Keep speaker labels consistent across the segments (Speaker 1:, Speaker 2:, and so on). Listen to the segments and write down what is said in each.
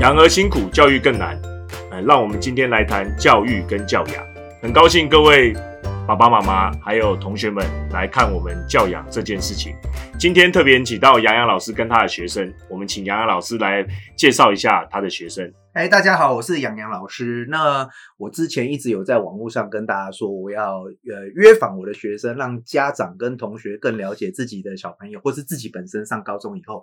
Speaker 1: 然而辛苦，教育更难。呃，让我们今天来谈教育跟教养。很高兴各位爸爸妈妈还有同学们来看我们教养这件事情。今天特别请到杨洋老师跟他的学生，我们请杨洋老师来介绍一下他的学生。
Speaker 2: 哎，大家好，我是杨洋老师。那我之前一直有在网络上跟大家说，我要呃约访我的学生，让家长跟同学更了解自己的小朋友，或是自己本身上高中以后，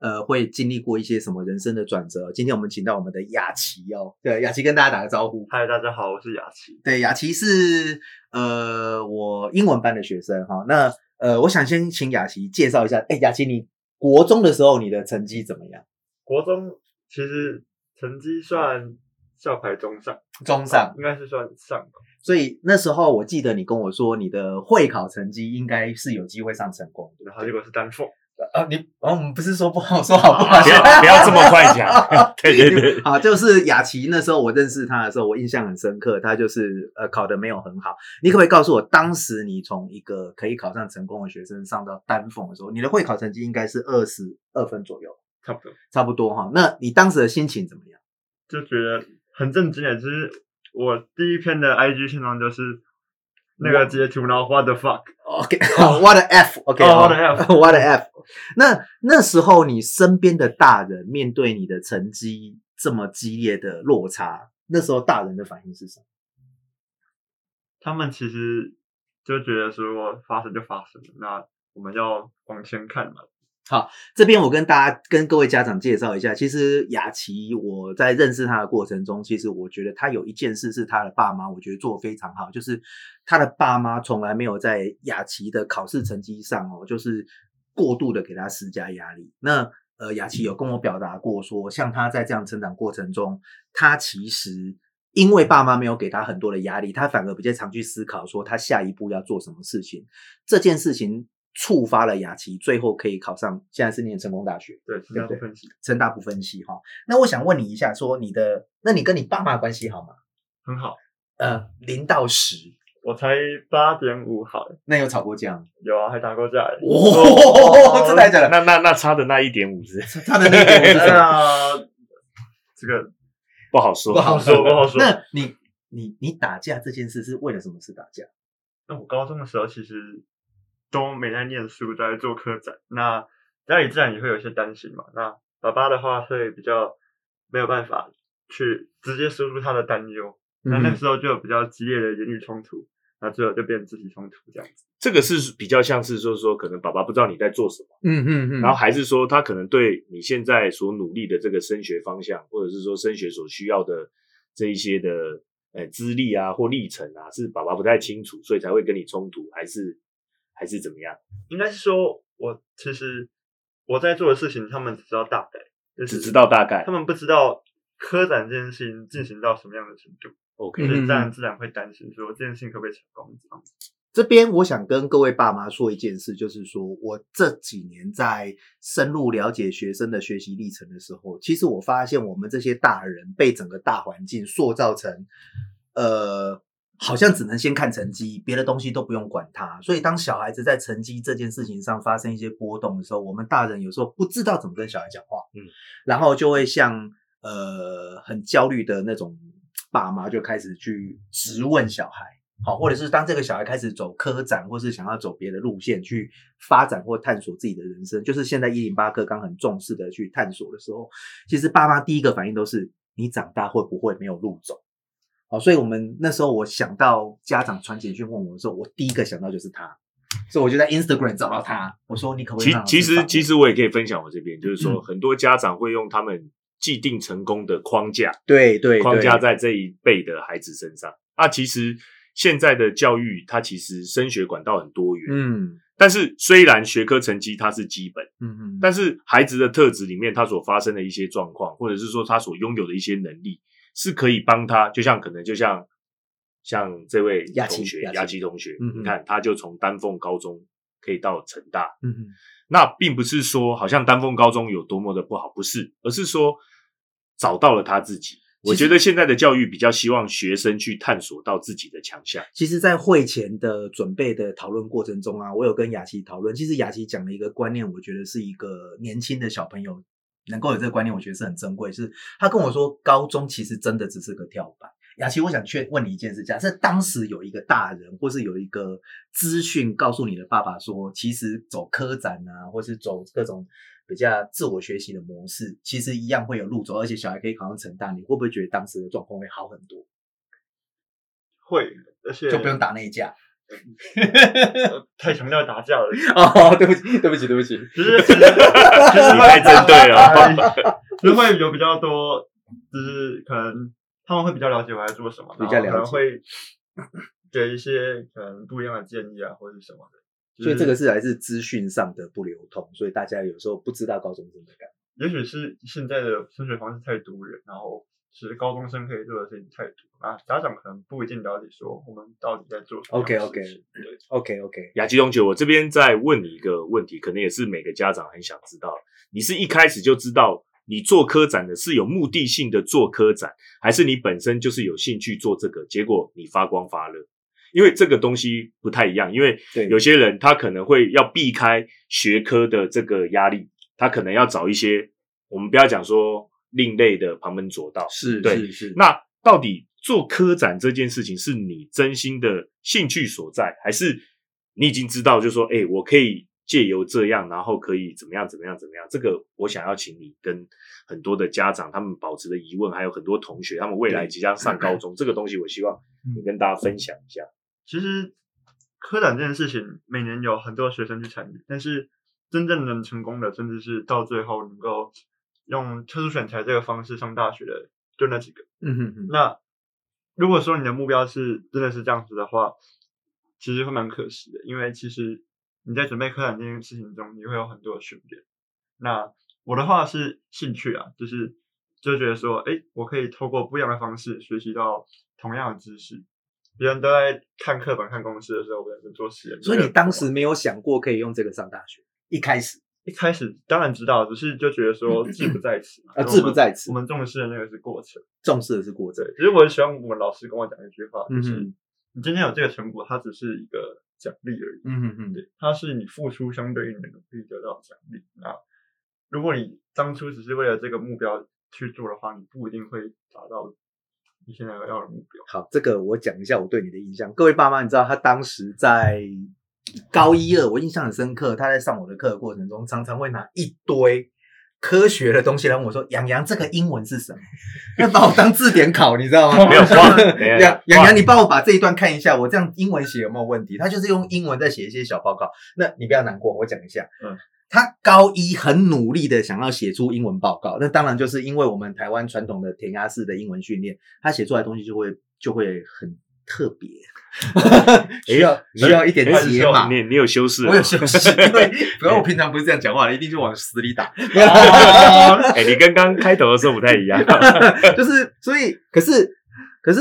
Speaker 2: 呃，会经历过一些什么人生的转折。今天我们请到我们的雅琪哦，对，雅琪跟大家打个招呼。
Speaker 3: 嗨，大家好，我是雅琪。
Speaker 2: 对，雅琪是呃我英文班的学生哈、那呃，我想先请雅琪介绍一下，哎，雅琪，你国中的时候你的成绩怎么样？
Speaker 3: 国中其实成绩算校排中上，
Speaker 2: 中
Speaker 3: 应该是算上吧。
Speaker 2: 所以那时候我记得你跟我说，你的会考成绩应该是有机会上成功的。
Speaker 3: 然后结果是丹凤，
Speaker 2: 啊，你啊，我们不是说不好说好不好
Speaker 1: 不要不要这么快 讲，对对对，
Speaker 2: 啊，就是雅琪那时候我认识他的时候，我印象很深刻，他就是呃考的没有很好。你可不可以告诉我，当时你从一个可以考上成功的学生上到丹凤的时候，你的会考成绩应该是二十二分左右，
Speaker 3: 差不多
Speaker 2: 差不多哈。那你当时的心情怎么样？
Speaker 3: 就觉得很震惊欸耶。其实我第一篇的 IG 现状就是那个截图，然后 What the fuck？
Speaker 2: OK，好哦 what a F，OK，
Speaker 3: 哦
Speaker 2: 好
Speaker 3: what a F
Speaker 2: what a F。那那时候你身边的大人面对你的成绩这么激烈的落差，那时候大人的反应是什么？
Speaker 3: 他们其实就觉得说发生就发生了，那我们要往前看嘛。
Speaker 2: 这边我跟大家、跟各位家长介绍一下，其实雅琪，我在认识他的过程中，其实我觉得他有一件事是他的爸妈，我觉得做得非常好，就是他的爸妈从来没有在雅琪的考试成绩上哦，就是过度的给他施加压力。那呃，雅琪有跟我表达过说，像他在这样成长过程中，他其实因为爸妈没有给他很多的压力，他反而比较常去思考说他下一步要做什么事情。这件事情触发了雅琪最后可以考上，现在是念成功大学，
Speaker 3: 对，新加坡分析
Speaker 2: 成大不分析哈。那我想问你一下，说你的，那你跟你爸妈关系好吗？
Speaker 3: 很好，
Speaker 2: 呃，零到十，
Speaker 3: 我才八点五，好耶，
Speaker 2: 那有吵过架吗？
Speaker 3: 有啊，还打过架耶。
Speaker 2: 哦， 真的假的？
Speaker 1: 那那那差的那一点五是
Speaker 2: 他的那个我是
Speaker 3: 哎
Speaker 2: 什么
Speaker 3: 呀，这个
Speaker 1: 不好 说，
Speaker 2: 不好
Speaker 3: 说不好说
Speaker 2: 那你你你打架这件事是为了什么事打架？
Speaker 3: 那我高中的时候其实都没在念书，在做科展。那家里自然也会有一些担心嘛。那爸爸的话会比较没有办法去直接说出他的担忧。
Speaker 2: 嗯
Speaker 3: 那那个时候就有比较激烈的言语冲突，那最后就变成肢体冲突这样子。
Speaker 1: 这个是比较像是就是说，可能爸爸不知道你在做什么。
Speaker 2: 嗯嗯嗯
Speaker 1: 然后还是说他可能对你现在所努力的这个升学方向，或者是说升学所需要的这一些的呃资历啊或历程啊，是爸爸不太清楚，所以才会跟你冲突，还是还是怎么样？
Speaker 3: 应该是说我其实我在做的事情，他们只知道大概，就是
Speaker 1: 只知道大概
Speaker 3: 他们不知道科展这件事情进行到什么样的程度，
Speaker 1: ，OK，
Speaker 3: 所
Speaker 2: 嗯
Speaker 3: 以自然自然会担心说这件事情可不可以成功这样子。
Speaker 2: 这边我想跟各位爸妈说一件事，就是说我这几年在深入了解学生的学习历程的时候，其实我发现我们这些大人被整个大环境塑造成，呃，好像只能先看成绩，别的东西都不用管它。所以当小孩子在成绩这件事情上发生一些波动的时候，我们大人有时候不知道怎么跟小孩讲话，
Speaker 1: 嗯，
Speaker 2: 然后就会像呃很焦虑的那种爸妈就开始去质问小孩。好，或者是当这个小孩开始走科展，或是想要走别的路线去发展或探索自己的人生，就是现在一零八课纲很重视的去探索的时候，其实爸妈第一个反应都是你长大会不会没有路走？好，所以我们那时候我想到家长传简讯问我的时候，我第一个想到就是他，所以我就在 Instagram 找到他，我说你可不可以
Speaker 1: 其
Speaker 2: 让老师
Speaker 1: 其实
Speaker 2: 访
Speaker 1: 其实我也可以分享我这边，就是说
Speaker 2: 嗯
Speaker 1: 很多家长会用他们既定成功的框架，
Speaker 2: 对对
Speaker 1: 框架
Speaker 2: 对
Speaker 1: 在这一辈的孩子身上。那其实现在的教育，它其实升学管道很多元，
Speaker 2: 嗯
Speaker 1: 但是虽然学科成绩它是基本。
Speaker 2: 嗯嗯，
Speaker 1: 但是孩子的特质里面，他所发生的一些状况，或者是说他所拥有的一些能力，是可以帮他，就像可能就像像这位
Speaker 2: 雅琪
Speaker 1: 同学
Speaker 2: 雅琪
Speaker 1: 雅琪同学，
Speaker 2: 嗯嗯
Speaker 1: 你看他就从丹凤高中可以到成大，
Speaker 2: 嗯嗯
Speaker 1: 那并不是说好像丹凤高中有多么的不好，不是，而是说找到了他自己。我
Speaker 2: 其实
Speaker 1: 觉得现在的教育比较希望学生去探索到自己的强项。
Speaker 2: 其实，在会前的准备的讨论过程中啊，我有跟雅琪讨论。其实雅琪讲了一个观念，我觉得是一个年轻的小朋友能够有这个观念，我觉得是很珍贵。就是他跟我说，高中其实真的只是个跳板。雅琪，我想确问你一件事：假设当时有一个大人，或是有一个资讯告诉你的爸爸说，其实走科展啊，或是走各种比较自我学习的模式，其实一样会有路走，而且小孩可以考上成大，你会不会觉得当时的状况会好很多？
Speaker 3: 会，而且
Speaker 2: 就不用打那一架
Speaker 3: 呃 太强调打架了，
Speaker 2: 哦。对不起，对不起，对不起。
Speaker 3: 只是其实其实
Speaker 1: 你
Speaker 3: 会
Speaker 1: 太针对了。
Speaker 3: 就会有比较多，就是可能他们会比较了解我在做什么，
Speaker 2: 比较了解
Speaker 3: 然后可能会给一些可能不一样的建议啊，或者是什么的。
Speaker 2: 所以这个
Speaker 3: 是，
Speaker 2: 是来自资讯上的不流通，所以大家有时候不知道高中生的感觉。
Speaker 3: 也许是现在的升学方式太多元，然后其实高中生可以做的事情太多啊，家长可能不一定了解说我们到底在做什么样的
Speaker 2: OK，OK
Speaker 3: 事情对，
Speaker 2: OK OK，
Speaker 1: 雅琪同学，我这边再问你一个问题，可能也是每个家长很想知道的：你是一开始就知道你做科展的是有目的性的做科展，还是你本身就是有兴趣做这个，结果你发光发热？因为这个东西不太一样，因为
Speaker 2: 对，
Speaker 1: 有些人他可能会要避开学科的这个压力，他可能要找一些我们不要讲说另类的旁门左道。
Speaker 2: 是
Speaker 1: 对
Speaker 2: 是是，
Speaker 1: 那到底做科展这件事情是你真心的兴趣所在，还是你已经知道，就是说，哎、我可以借由这样，然后可以怎么样怎么样怎么样？这个我想要请你跟很多的家长他们保持的疑问，还有很多同学他们未来即将上高中，这个东西我希望
Speaker 2: 嗯
Speaker 1: 你跟大家分享一下。
Speaker 3: 其实科展这件事情，每年有很多学生去参与，但是真正能成功的，甚至是到最后能够用特殊选材这个方式上大学的，就那几个。
Speaker 2: 嗯哼哼，
Speaker 3: 那如果说你的目标是真的是这样子的话，其实会蛮可惜的，因为其实你在准备科展这件事情中，你会有很多的训练。那我的话是兴趣啊，就是就觉得说，哎，我可以透过不一样的方式学习到同样的知识。别人都在看课本、看公式的时候，我在这做实验。
Speaker 2: 所以你当时没有想过可以用这个上大学，一开始
Speaker 3: 一开始当然知道，只是就觉得说志不在此嘛
Speaker 2: 嗯啊志不在此
Speaker 3: 我们重视的那个是过程。
Speaker 2: 重视的是过程
Speaker 3: 对，。其实我很喜欢我们老师跟我讲一句话，就
Speaker 2: 嗯
Speaker 3: 是
Speaker 2: 哼
Speaker 3: 你今天有这个成果，它只是一个奖励而已。
Speaker 2: 嗯哼哼，
Speaker 3: 对，它是你付出相对应的努力得到的奖励。那如果你当初只是为了这个目标去做的话，你不一定会达到你现在要的目标。
Speaker 2: 好，这个我讲一下我对你的印象。各位爸妈，你知道他当时在高一二，我印象很深刻。他在上我的课的过程中，常常会拿一堆科学的东西来问我说：“杨洋，这个英文是什么？”要把我当字典考，你知道 吗？
Speaker 1: 没有哇等一下
Speaker 2: 杨杨洋，你帮我把这一段看一下，我这样英文写有没有问题？他就是用英文在写一些小报告。那你不要难过，我讲一下。
Speaker 3: 嗯，
Speaker 2: 他高一很努力的想要写出英文报告，那当然就是因为我们台湾传统的填鸭式的英文训练，他写出来的东西就会就会很特别，需要需要一点
Speaker 1: 哎
Speaker 2: 解码。
Speaker 1: 你你有修饰了
Speaker 2: 我有休息，因为不然我平常不是这样讲话的，一定就往死里打。
Speaker 1: 哎、你跟刚开头的时候不太一样。
Speaker 2: 就是所以，可是可是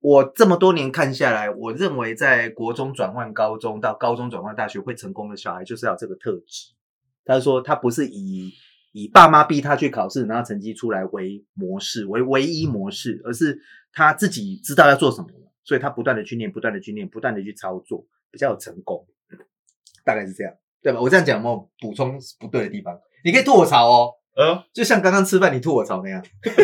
Speaker 2: 我这么多年看下来，我认为在国中转换高中到高中转换大学会成功的小孩，就是要有这个特质。他说他不是以以爸妈逼他去考试，然后成绩出来为模式为唯一模式，而是他自己知道要做什么了，所以他不断的去念，不断的去念，不断的去操作，比较有成功。大概是这样，对吧？我这样讲有没有补充不对的地方？你可以吐我槽哦。
Speaker 3: 呃，
Speaker 2: 就像刚刚吃饭你吐我槽那样，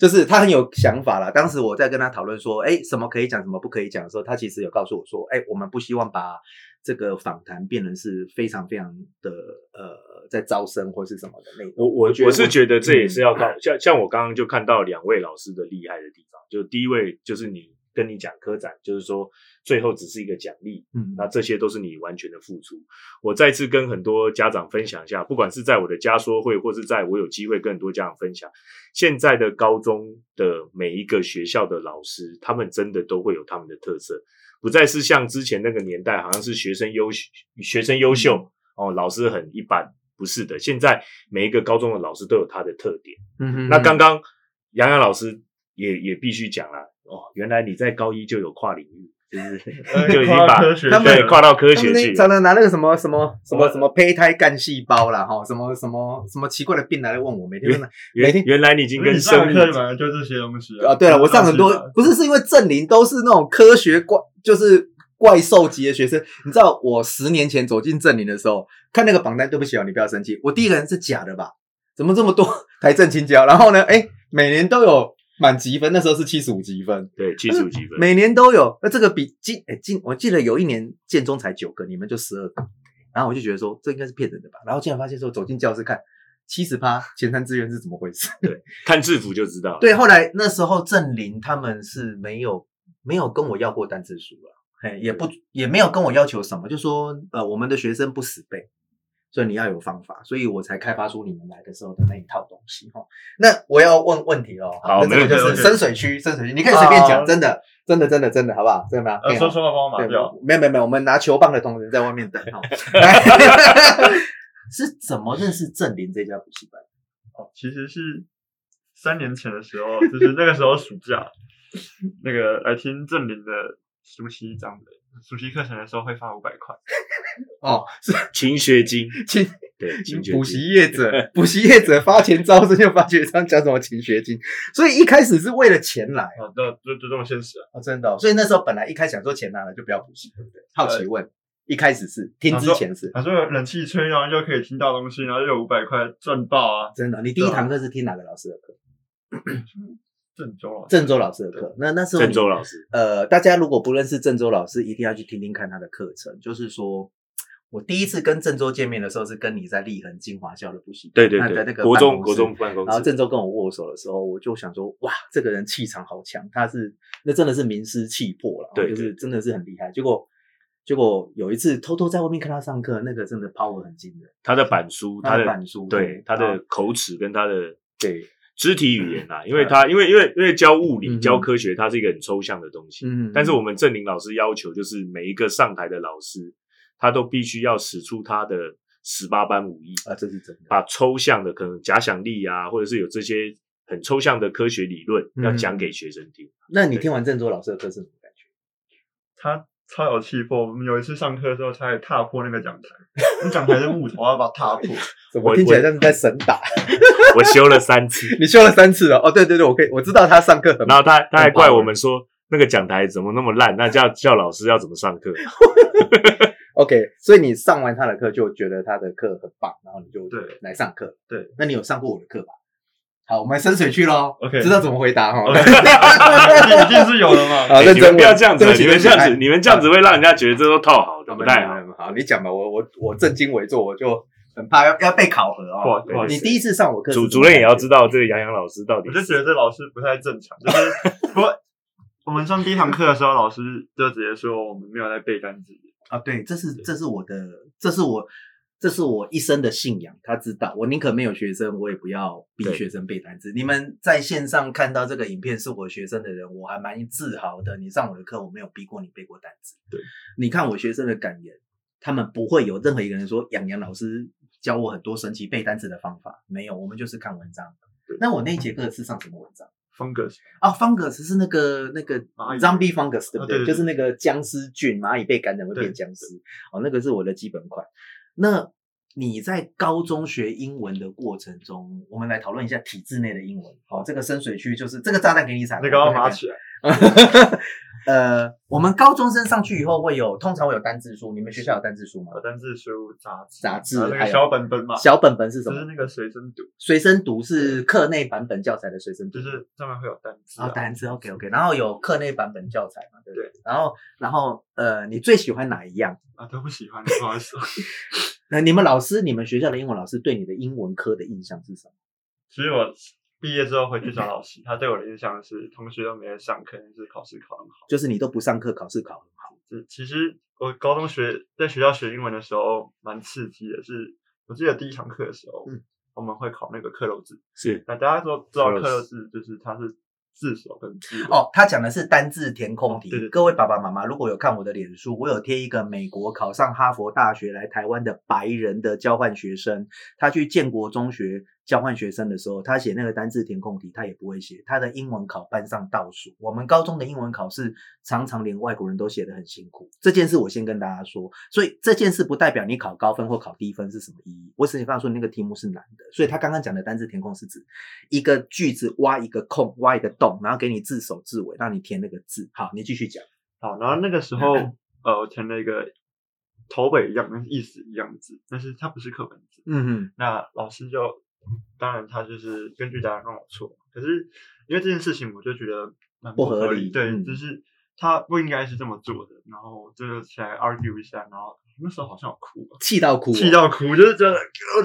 Speaker 2: 就是他很有想法啦。当时我在跟他讨论说，哎，什么可以讲，什么不可以讲的时候，他其实有告诉我说，哎，我们不希望把这个访谈变成是非常非常的呃，在招生或是什么的那种。
Speaker 1: 我我
Speaker 2: 觉得
Speaker 1: 我是觉得这也是要
Speaker 2: 嗯
Speaker 1: 靠、像像我刚刚就看到两位老师的厉害的地方，就第一位就是你跟你讲科展，就是说最后只是一个奖励，
Speaker 2: 嗯
Speaker 1: 那这些都是你完全的付出。我再次跟很多家长分享一下，不管是在我的家说会，或是在我有机会跟很多家长分享，现在的高中的每一个学校的老师，他们真的都会有他们的特色，不再是像之前那个年代，好像是学生优秀学生优秀、哦，老师很一般。不是的，现在每一个高中的老师都有他的特点。
Speaker 2: 嗯
Speaker 1: 那刚刚杨洋老师也也必须讲啦，哦，原来你在高一就有跨领域，就是
Speaker 3: 呃
Speaker 1: 就已经
Speaker 3: 跨
Speaker 1: 把
Speaker 3: 科学
Speaker 2: 他们
Speaker 1: 对
Speaker 3: 了
Speaker 1: 跨到科
Speaker 2: 他们
Speaker 1: 学
Speaker 2: 那
Speaker 1: 去
Speaker 2: 常常拿那个什么什么什么
Speaker 1: 我
Speaker 2: 什么胚胎干细胞啦，哈，什么什么什么奇怪的病来问我，每天都拿每
Speaker 1: 原
Speaker 2: 天
Speaker 1: 原来你已经
Speaker 3: 因为
Speaker 1: 跟
Speaker 3: 你上
Speaker 1: 生
Speaker 3: 的
Speaker 1: 物
Speaker 3: 课本来就这些东西
Speaker 2: 啊啊，对了，我上很
Speaker 3: 就是
Speaker 2: 多
Speaker 3: 吧
Speaker 2: 不是是因为正林都是那种科学关，就是怪兽级的学生。你知道我十年前走进正林的时候，看那个榜单，对不起哦，你不要生气，我第一个人是假的吧？怎么这么多台正青椒？然后呢，哎，每年都有满积分，那时候是七十五积分，
Speaker 1: 对，七十五积分，
Speaker 2: 每年都有。那这个比今哎今，我记得有一年建中才九个，你们就十二个。然后我就觉得说，这应该是骗人的吧。然后竟然发现说，走进教室看七十趴前三志愿是怎么回事？
Speaker 1: 看制服就知道。，
Speaker 2: 对，后来那时候郑林他们是没有没有跟我要过单字书了，嘿，也不也没有跟我要求什么，就说呃我们的学生不死背，所以你要有方法，所以我才开发出你们来的时候的那一套东西哈。那我要问问题喽，
Speaker 1: 好
Speaker 2: 那这个
Speaker 1: 没问题
Speaker 2: 就
Speaker 3: 没
Speaker 2: 是
Speaker 3: 问题
Speaker 2: 深水区，深水区，你可以随便讲，
Speaker 3: 啊
Speaker 2: 真的，真的，真的，真的，好不好？真的吗？
Speaker 3: 呃，
Speaker 2: 可以
Speaker 3: 说
Speaker 2: 吗
Speaker 3: 实话，帮我
Speaker 2: 对
Speaker 3: 麻掉。，
Speaker 2: 没有没有没有，我们拿球棒的同仁在外面等 哈。 是怎么认识郑林这家补习班？
Speaker 3: 哦，其实是三年前的时候，就是那个时候暑假，那个来听正林的暑期讲的暑期课程的时候会发五百块，
Speaker 2: 哦，是
Speaker 1: 勤学 精，
Speaker 2: 请
Speaker 1: 对，勤学精
Speaker 2: 嗯补习 业者，补习业者发钱招生就发学生讲什么勤学金，所以一开始是为了钱来
Speaker 3: 哦，那就就这么现实啊。
Speaker 2: 哦，真的哦、所以那时候本来一开始想说钱拿了就不要补习，对不对？好奇问，一开始是听之前是
Speaker 3: 他说有啊冷气吹，然后就可以听到东西，然后又有五百块赚爆啊，
Speaker 2: 真的。你第一堂课是听哪个老师的课？
Speaker 3: 郑州啊，
Speaker 2: 郑州老师的课。那那时候你
Speaker 1: 郑州老师，
Speaker 2: 呃，大家如果不认识郑州老师，一定要去听听看他的课程。就是说，我第一次跟郑州见面的时候，是跟你在立恒金华校的补习
Speaker 1: 对
Speaker 2: 班，
Speaker 1: 对
Speaker 2: 那在那
Speaker 1: 对，
Speaker 2: 个
Speaker 1: 国
Speaker 2: 办
Speaker 1: 中
Speaker 2: 公室
Speaker 1: 国中办公
Speaker 2: 然后
Speaker 1: 室，
Speaker 2: 郑州跟我握手的时候，我就想说，哇，这个人气场好强，他是那真的是名师气魄了，
Speaker 1: 对
Speaker 2: 就是真的是很厉害。结果结果有一次偷偷在外面看他上课，那个真的 power 很惊人，
Speaker 1: 他的板书，他
Speaker 2: 他的
Speaker 1: 的
Speaker 2: 板书
Speaker 1: 对他
Speaker 2: 然
Speaker 1: 的
Speaker 2: 后
Speaker 1: 口齿跟他的
Speaker 2: 对，
Speaker 1: 肢体语言啊，因为他因为因为因为教物
Speaker 2: 嗯
Speaker 1: 理
Speaker 2: 哼
Speaker 1: 教科学，它是一个很抽象的东西。
Speaker 2: 嗯，
Speaker 1: 但是我们郑林老师要求，就是每一个上台的老师，他都必须要使出他的十八般武艺，
Speaker 2: 啊，这是真的，
Speaker 1: 把抽象的可能假想力啊，或者是有这些很抽象的科学理论，
Speaker 2: 嗯
Speaker 1: 要讲给学生听。
Speaker 2: 那你听完郑州老师的课是什么感觉？
Speaker 3: 他超有气魄。我们有一次上课的时候，他还踏破那个讲台，那讲台是木头，他把它踏破。
Speaker 2: 怎
Speaker 1: 我
Speaker 2: 么听起来像是在神打？
Speaker 1: 我修了三次，
Speaker 2: 你修了三次了哦，对对对，我可以我知道他上课很啊
Speaker 1: 然后他他还怪我们说那个讲台怎么那么烂，那叫叫老师要怎么上课？
Speaker 2: 啊 OK，所以你上完他的课就觉得他的课很棒，然后你就
Speaker 3: 对
Speaker 2: 来上课。
Speaker 3: 对，
Speaker 2: 那你有上过我的课吧？好，我们深水区喽。
Speaker 3: OK
Speaker 2: 知道怎么回答哈。哦
Speaker 3: OK 一定是有的 嘛。
Speaker 2: 好，
Speaker 1: 哎
Speaker 2: 认
Speaker 1: 你们
Speaker 2: 真问。
Speaker 1: 不要这样子啊
Speaker 2: 对，不起
Speaker 1: 你们这样子，
Speaker 2: 对不起
Speaker 1: 你们这样子会让人家觉得这都套好 的，
Speaker 2: 哎
Speaker 1: 不太好
Speaker 2: 没有。没有没有好，你讲吧，我我我正襟危坐，我就很怕要要被考核
Speaker 3: 哇
Speaker 2: 哦。
Speaker 3: 哇！
Speaker 2: 你第一次上我课是什么
Speaker 1: 主
Speaker 2: 感觉，
Speaker 1: 主任也要知道这个杨洋老师到底
Speaker 3: 我就是觉得这老师不太正常，就是不过我们上第一堂课的时候，老师就直接说我们没有在背单词，
Speaker 2: 啊，对，这是这是我的，这是我这是我一生的信仰。他知道，我宁可没有学生，我也不要逼
Speaker 1: 对
Speaker 2: 学生背单词。你们在线上看到这个影片是我学生的人，我还蛮自豪的。你上我的课，我没有逼过你背过单词。
Speaker 1: 对，
Speaker 2: 你看我学生的感言，他们不会有任何一个人说杨洋老师教我很多神奇背单词的方法，没有，我们就是看文章
Speaker 3: 对。
Speaker 2: 那我那一节课是上什么文章？
Speaker 3: 风格是
Speaker 2: 啊、方 f u n g u s 是那个那个
Speaker 3: 蚂蚁
Speaker 2: zombie fungus 对不
Speaker 3: 啊
Speaker 2: 对？
Speaker 3: 对对对
Speaker 2: 就是那个僵尸菌，蚂蚁被感染会变僵尸。哦，那个是我的基本款。那你在高中学英文的过程中，我们来讨论一下体制内的英文。好、哦，这个深水区就是这个炸弹给你撒。
Speaker 3: 那个要拿起来，
Speaker 2: 呃，我们高中生上去以后会有，通常会有单字书。你们学校有单字书吗
Speaker 3: 呃？单字书、杂志、
Speaker 2: 杂志
Speaker 3: 然后那
Speaker 2: 还
Speaker 3: 个
Speaker 2: 有
Speaker 3: 小本本嘛，
Speaker 2: 小本本是什
Speaker 3: 就是
Speaker 2: 么？
Speaker 3: 那个随身读，
Speaker 2: 随身读是课内版本教材的随身读
Speaker 3: 就。是上面会有单词
Speaker 2: 然
Speaker 3: 啊
Speaker 2: 后，哦单词 OK OK，然后有课内版本教材嘛，对不对？
Speaker 3: 对
Speaker 2: 然后然后呃，你最喜欢哪一样？
Speaker 3: 啊都不喜欢， 不好意思。
Speaker 2: 那你们老师，你们学校的英文老师对你的英文科的印象是什么？
Speaker 3: 其实我毕业之后回去找老师，他对我的印象是同学都没人上课，就是考试考很好。
Speaker 2: 就是你都不上课，考试考很好。
Speaker 3: 就其实我高中学在学校学英文的时候蛮刺激的，是我记得第一堂课的时候，
Speaker 2: 嗯
Speaker 3: 我们会考那个克漏字。
Speaker 1: 是
Speaker 3: 那大家都知道
Speaker 1: 克
Speaker 3: 克
Speaker 1: 漏
Speaker 3: 漏
Speaker 1: 字
Speaker 3: 字就是它是字首跟字尾，
Speaker 2: 哦，他讲的是单字填空题。
Speaker 3: 对对对
Speaker 2: 各位爸爸妈妈，如果有看我的脸书，我有贴一个美国考上哈佛大学来台湾的白人的交换学生，他去建国中学交换学生的时候，他写那个单字填空题，他也不会写，他的英文考班上倒数。我们高中的英文考试常常连外国人都写得很辛苦，这件事我先跟大家说。所以这件事不代表你考高分或考低分是什么意义。我只是刚刚说你那个题目是难的，所以他刚刚讲的单字填空是指一个句子挖一个空，挖一个洞，然后给你字首字尾，让你填那个字。好，你继续讲。嗯
Speaker 3: 好，然后那个时候呃，我填了一个头尾一样，但是意思一样的字，但是它不是课本字。
Speaker 2: 嗯哼，
Speaker 3: 那老师就，当然他就是根据答案让我错，可是因为这件事情，我就觉得蛮
Speaker 2: 不
Speaker 3: 合
Speaker 2: 合理
Speaker 3: 理，对，
Speaker 2: 嗯
Speaker 3: 就是他不应该是这么做的，然后就起来 argue 一下，然后那时候好像有哭吧，
Speaker 2: 气到哭、哦
Speaker 3: 气。到哭，就是觉得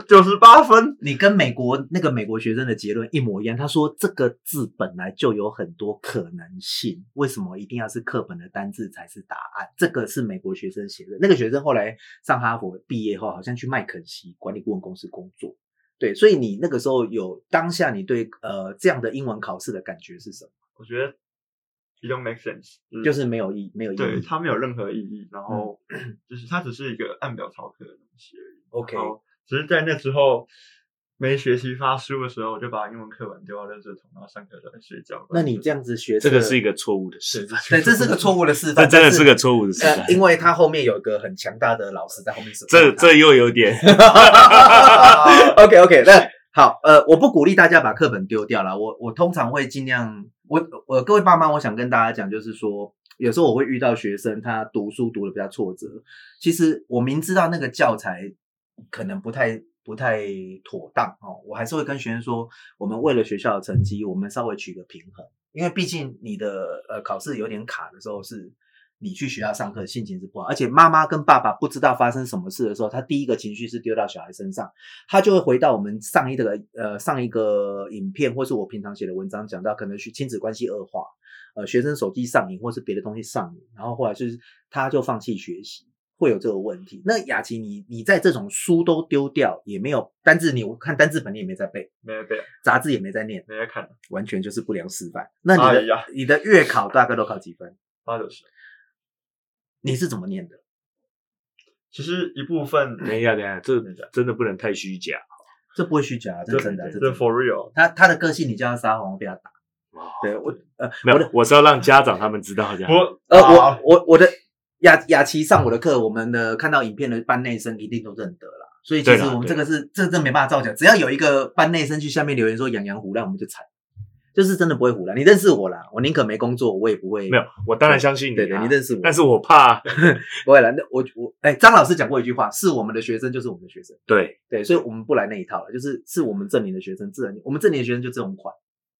Speaker 3: 九十八分，
Speaker 2: 你跟美国那个美国学生的结论一模一样，他说这个字本来就有很多可能性，为什么一定要是课本的单字才是答案？这个是美国学生写的。那个学生后来上哈佛毕业后，好像去麦肯锡管理顾问公司工作。对，所以你那个时候有当下你对呃这样的英文考试的感觉是什么？
Speaker 3: 我觉得 it don't make sense，
Speaker 2: 就是嗯没有意没有意
Speaker 3: 对
Speaker 2: 义。
Speaker 3: 它没有任何意义，然后就是它只是一个按表操课的东西而已。
Speaker 2: OK
Speaker 3: 然后只是在那之后，每学期发书的时候，我就把英文课本丢到垃圾桶，然后上课就来睡觉。
Speaker 2: 那你这样子学
Speaker 1: 这个是一
Speaker 2: 个
Speaker 1: 个错误的示范，
Speaker 2: 对，这是个错误的示
Speaker 1: 这
Speaker 2: 范，
Speaker 1: 真的
Speaker 2: 但
Speaker 1: 是个错误的示范
Speaker 2: 呃，。因为他后面有一个很强大的老师在后面 support
Speaker 1: 这
Speaker 2: 他
Speaker 1: 这又有 点
Speaker 2: OK OK，那好，呃，我不鼓励大家把课本丢掉了。我我通常会尽量，我我各位爸妈，我想跟大家讲，就是说，有时候我会遇到学生他读书读的比较挫折，其实我明知道那个教材可能不太不太妥当哦，我还是会跟学生说，我们为了学校的成绩，我们稍微取个平衡，因为毕竟你的呃考试有点卡的时候是。你去学校上课心情是不好，而且妈妈跟爸爸不知道发生什么事的时候，他第一个情绪是丢到小孩身上，他就会回到我们上一个呃上一个影片，或是我平常写的文章讲到，可能去亲子关系恶化，呃，学生手机上瘾或是别的东西上瘾，然后后来就是他就放弃学习，会有这个问题。那雅琪，你你在这种书都丢掉，也没有单字你，我看单字本你也没在背，
Speaker 3: 没有背，
Speaker 2: 杂志也没在念，
Speaker 3: 没有看
Speaker 2: 完全就是不良示范。那你的、
Speaker 3: 哎呀
Speaker 2: 你的月考大概都考几分？
Speaker 3: 八九十。
Speaker 2: 你是怎么念的？
Speaker 3: 其实一部分
Speaker 1: 等一下，等一下，这
Speaker 3: 等一下
Speaker 1: 真的不能太虚假
Speaker 2: 这不会虚假、啊，这
Speaker 3: 这
Speaker 2: 真的啊、这
Speaker 3: 这
Speaker 2: 真的
Speaker 3: for real，
Speaker 2: 他他的个性，你叫他撒谎，我被他打。对我呃，
Speaker 1: 没
Speaker 2: 我
Speaker 1: 有
Speaker 2: 的，
Speaker 1: 我是要让家长他们知道这样。
Speaker 3: 不
Speaker 2: 呃，
Speaker 3: 啊
Speaker 2: 我我我的雅雅琪上我的课，我们的看到影片的班内生一定都认得啦。所以其实
Speaker 1: 对啦
Speaker 2: 我们
Speaker 1: 对
Speaker 2: 这个是这这没办法造假，只要有一个班内生去下面留言说“养羊胡乱”，我们就惨，就是真的不会胡乱。你认识我啦，我宁可没工作，我也不会
Speaker 1: 没有，我当然相信你
Speaker 2: 对对，
Speaker 1: 啊
Speaker 2: 你，认识我，
Speaker 1: 但是我怕
Speaker 2: 不会啦。那我我哎，张老师讲过一句话：是我们的学生就是我们的学生。
Speaker 1: 对
Speaker 2: 对，所以我们不来那一套了，就是是我们证明的学生，自然我们证明的学生就这种款，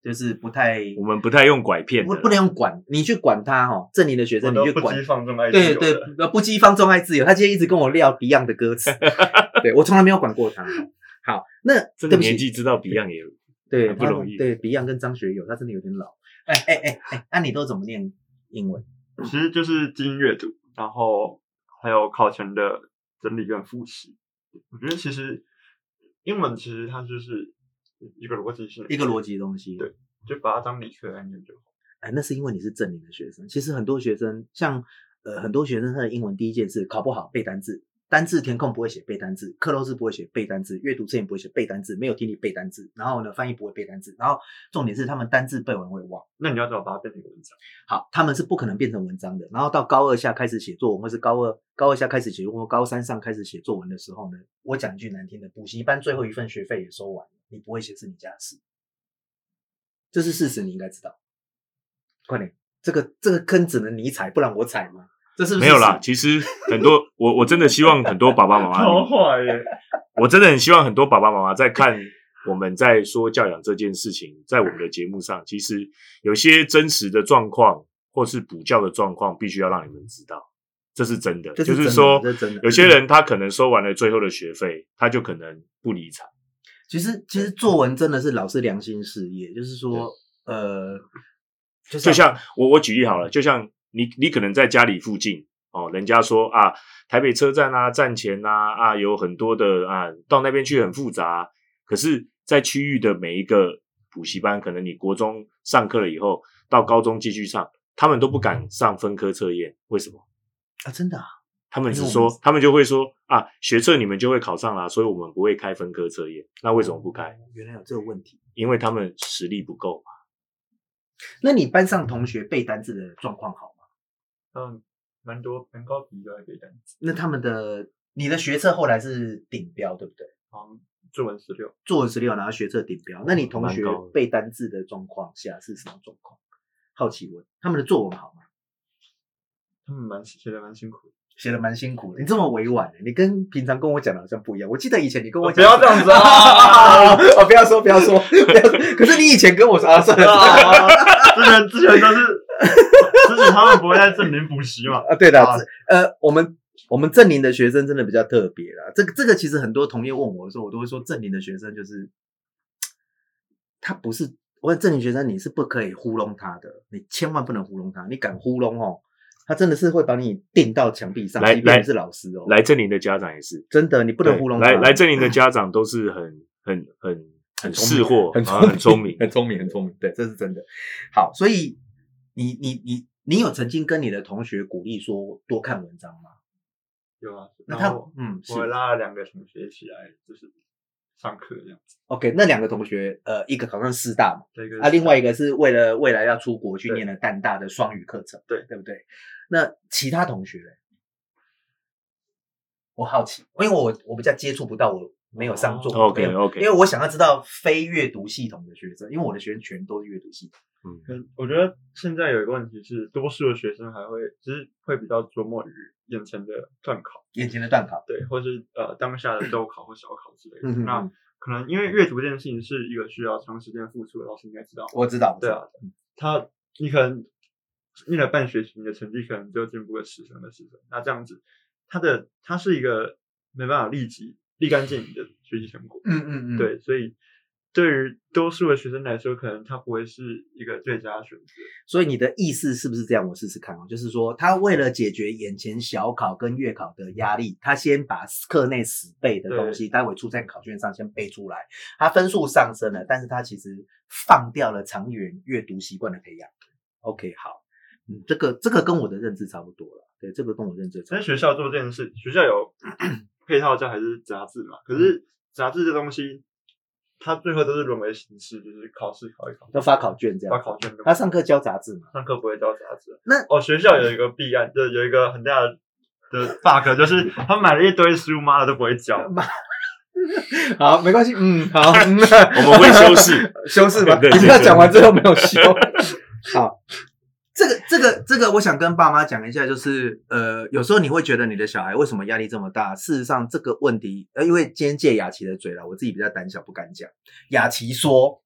Speaker 2: 就是不太
Speaker 1: 我们不太用拐骗
Speaker 2: 不
Speaker 1: 的，
Speaker 2: 不能用管，你去管他哈、哦，证明的学
Speaker 3: 我
Speaker 2: 生你
Speaker 3: 都
Speaker 2: 去
Speaker 3: 不
Speaker 2: 管
Speaker 3: 羁，放纵爱自
Speaker 2: 对
Speaker 3: 由
Speaker 2: 对
Speaker 3: 的，
Speaker 2: 呃，不羁放纵爱自由。他今天一直跟我聊 Beyond 的歌 词，对我从来没有管过他。好，那
Speaker 1: 这
Speaker 2: 对
Speaker 1: 个
Speaker 2: 不
Speaker 1: 年
Speaker 2: 起，
Speaker 1: 纪知道 Beyond 也
Speaker 2: 对
Speaker 1: 还不
Speaker 2: 他
Speaker 1: 容易
Speaker 2: 对 Beyond 跟张学友，他真的有点老。哎哎哎哎，那、你都怎么念英文？
Speaker 3: 其实就是精英阅读，然后还有考前的整理跟复习。我觉得其实英文其实它就是一个逻辑性，
Speaker 2: 一个逻，辑的东西。
Speaker 3: 对就把它当理科来念就好。
Speaker 2: 哎，那是因为你是正领的学生。其实很多学生，像呃很多学生，他的英文第一件事考不好背单字，单字填空不会写背单字，克漏字不会写背单字，阅读测验不会写背单字，没有听力背单字，然后呢翻译不会背单字，然后重点是他们单字背完会忘。
Speaker 3: 那你要怎么把它变成一个文章？
Speaker 2: 好，他们是不可能变成文章的。然后到高二下开始写作文，或是高二高二下开始写作文，或高三上开始写作文的时候呢，我讲一句难听的，补习班最后一份学费也收完了，你不会写是你家的事，这是事实，你应该知道。快点，这个这个坑只能你踩，不然我踩吗？这是不是
Speaker 1: 没有啦。？其实很多，我我真的希望很多爸爸妈妈，
Speaker 3: 好坏耶！
Speaker 1: 我真的很希望很多爸爸妈妈在看我们在说教养这件事情，在我们的节目上，其实有些真实的状况或是补教的状况，必须要让你们知道，这是真的。
Speaker 2: 这
Speaker 1: 就是
Speaker 2: 真的
Speaker 1: 说，
Speaker 2: 这是真的。
Speaker 1: 有些人他可能收完了最后的学费，他就可能不理睬。
Speaker 2: 其实其实作文真的是老师良心事业，就是说呃，就
Speaker 1: 就像我我举例好了，就像你你可能在家里附近哦，人家说啊，台北车站啊，站前啊啊，有很多的啊，到那边去很复杂。可是，在区域的每一个补习班，可能你国中上课了以后，到高中继续上，他们都不敢上分科测验，为什么？
Speaker 2: 啊，真的啊、
Speaker 1: 他们只
Speaker 2: 因为我
Speaker 1: 说
Speaker 2: 们，
Speaker 1: 他们就会说啊，学测你们就会考上啦、所以我们不会开分科测验。那为什么不开？
Speaker 2: 原来有这个问题。
Speaker 1: 因为他们实力不够嘛。
Speaker 2: 那你班上同学背单字的状况好吗？
Speaker 3: 嗯，蛮多蛮高比例的一个单词，
Speaker 2: 那他们的你的学测后来是顶标，对不对？
Speaker 3: 好像作文十六，
Speaker 2: 作文十六，然后学测顶标。那你同学
Speaker 1: 蛮高的
Speaker 2: 背单字的状况下是什么状况？好奇问，他们的作文好吗？
Speaker 3: 他们蛮写的蛮辛苦。
Speaker 2: 写的蛮辛苦的。你这么委婉、欸你跟平常跟我讲的好像不一样。我记得以前你跟我
Speaker 3: 不
Speaker 2: 讲、
Speaker 3: 要这样子啊！
Speaker 2: 哦，不要说，不要说，不要说。 可是你以前跟我说啊， 算了算了
Speaker 3: 啊之前之前都是，之前他们不会在正林补习嘛？
Speaker 2: 啊，对的，
Speaker 3: 啊
Speaker 2: 这呃，我们我们正林的学生真的比较特别啦。这个这个其实很多同业问我的时候，我都会说正林的学生就是他不是，我说正林学生你是不可以糊弄他的，你千万不能糊弄他，你敢糊弄哦，他真的是会把你钉到墙壁上，
Speaker 1: 来
Speaker 2: 即便
Speaker 1: 来
Speaker 2: 你是老师哦，
Speaker 1: 来这里的家长也是，
Speaker 2: 真的你不
Speaker 1: 不
Speaker 2: 能糊弄他，
Speaker 1: 来来这里的家长都是很很很很识货，
Speaker 2: 很，
Speaker 1: 啊很聪明
Speaker 2: 很聪明，很聪明。对，这是真的。好，所以你你你你有曾经跟你的同学鼓励说多看文章吗？
Speaker 3: 有啊，
Speaker 2: 那
Speaker 3: 然
Speaker 1: 哦
Speaker 2: 他
Speaker 3: 后
Speaker 2: 嗯是
Speaker 3: 我拉了两个同学一起来，就是上课这样子。
Speaker 2: OK，那两个同学呃，一个考上师大嘛，
Speaker 3: 这个
Speaker 2: 啊，另外一
Speaker 3: 个
Speaker 2: 个是为了未来要出国去
Speaker 3: 对
Speaker 2: 念了淡大的双语课程，
Speaker 3: 对
Speaker 2: 对不对？那其他同学呢，我好奇，因为我我比较接触不到，我没有上座
Speaker 3: 哦
Speaker 2: 没有
Speaker 1: OK，OK
Speaker 2: 因为我想要知道非阅读系统的学生，因为我的学生全都是阅读系统，
Speaker 1: 嗯，
Speaker 3: 嗯，我觉得现在有一个问题是，多数的学生还会其实会比较琢磨于眼前的段考，
Speaker 2: 眼前的段考，
Speaker 3: 对，或是呃当下的周考或小考之类的。
Speaker 2: 嗯哼
Speaker 3: 那
Speaker 2: 哼，
Speaker 3: 可能因为阅读这件事情是一个需要长时间付出的，老师应该知道。
Speaker 2: 我知道，我知
Speaker 3: 对
Speaker 2: 道
Speaker 3: 啊，他你可能念了半学期，你的成绩可能就进步个十分、二十分。那这样子，他的他是一个没办法立即立竿见影的学习成果。
Speaker 2: 嗯嗯嗯，
Speaker 3: 对，所以对于多数的学生来说，可能他不会是一个最佳选择。
Speaker 2: 所以你的意思是不是这样？我试试看哦，就是说他为了解决眼前小考跟月考的压力，他先把课内死背的东西，待会出在考卷上先背出来，他分数上升了，但是他其实放掉了长远阅读习惯的培养。OK，好，嗯，这个这个跟我的认知差不多了，对，这个跟我认知差
Speaker 3: 但
Speaker 2: 不多。
Speaker 3: 学校做这件事，学校有 配套教还是杂志嘛？可
Speaker 2: 嗯
Speaker 3: 是杂志这东西，它最后都是沦为形式，就是考试考一考，
Speaker 2: 要发考卷这
Speaker 3: 发
Speaker 2: 样，
Speaker 3: 考卷跟。
Speaker 2: 他上课教杂志嘛？
Speaker 3: 上课不会教杂志。
Speaker 2: 那
Speaker 3: 哦，学校有一个弊案，就有一个很大的的 bug，就是他买了一堆书，妈的都不会教。
Speaker 2: 好，没关系，嗯， 好，嗯
Speaker 1: 我们会修饰，
Speaker 2: 修饰吧？
Speaker 1: 对
Speaker 2: 你
Speaker 1: 对
Speaker 2: 要
Speaker 1: 对
Speaker 2: 讲完之后没有修。 好，这个这个这个，我想跟爸妈讲一下，就是呃，有时候你会觉得你的小孩为什么压力这么大？事实上，这个问题，呃，因为今天借雅琪的嘴了，我自己比较胆小，不敢讲。雅琪说。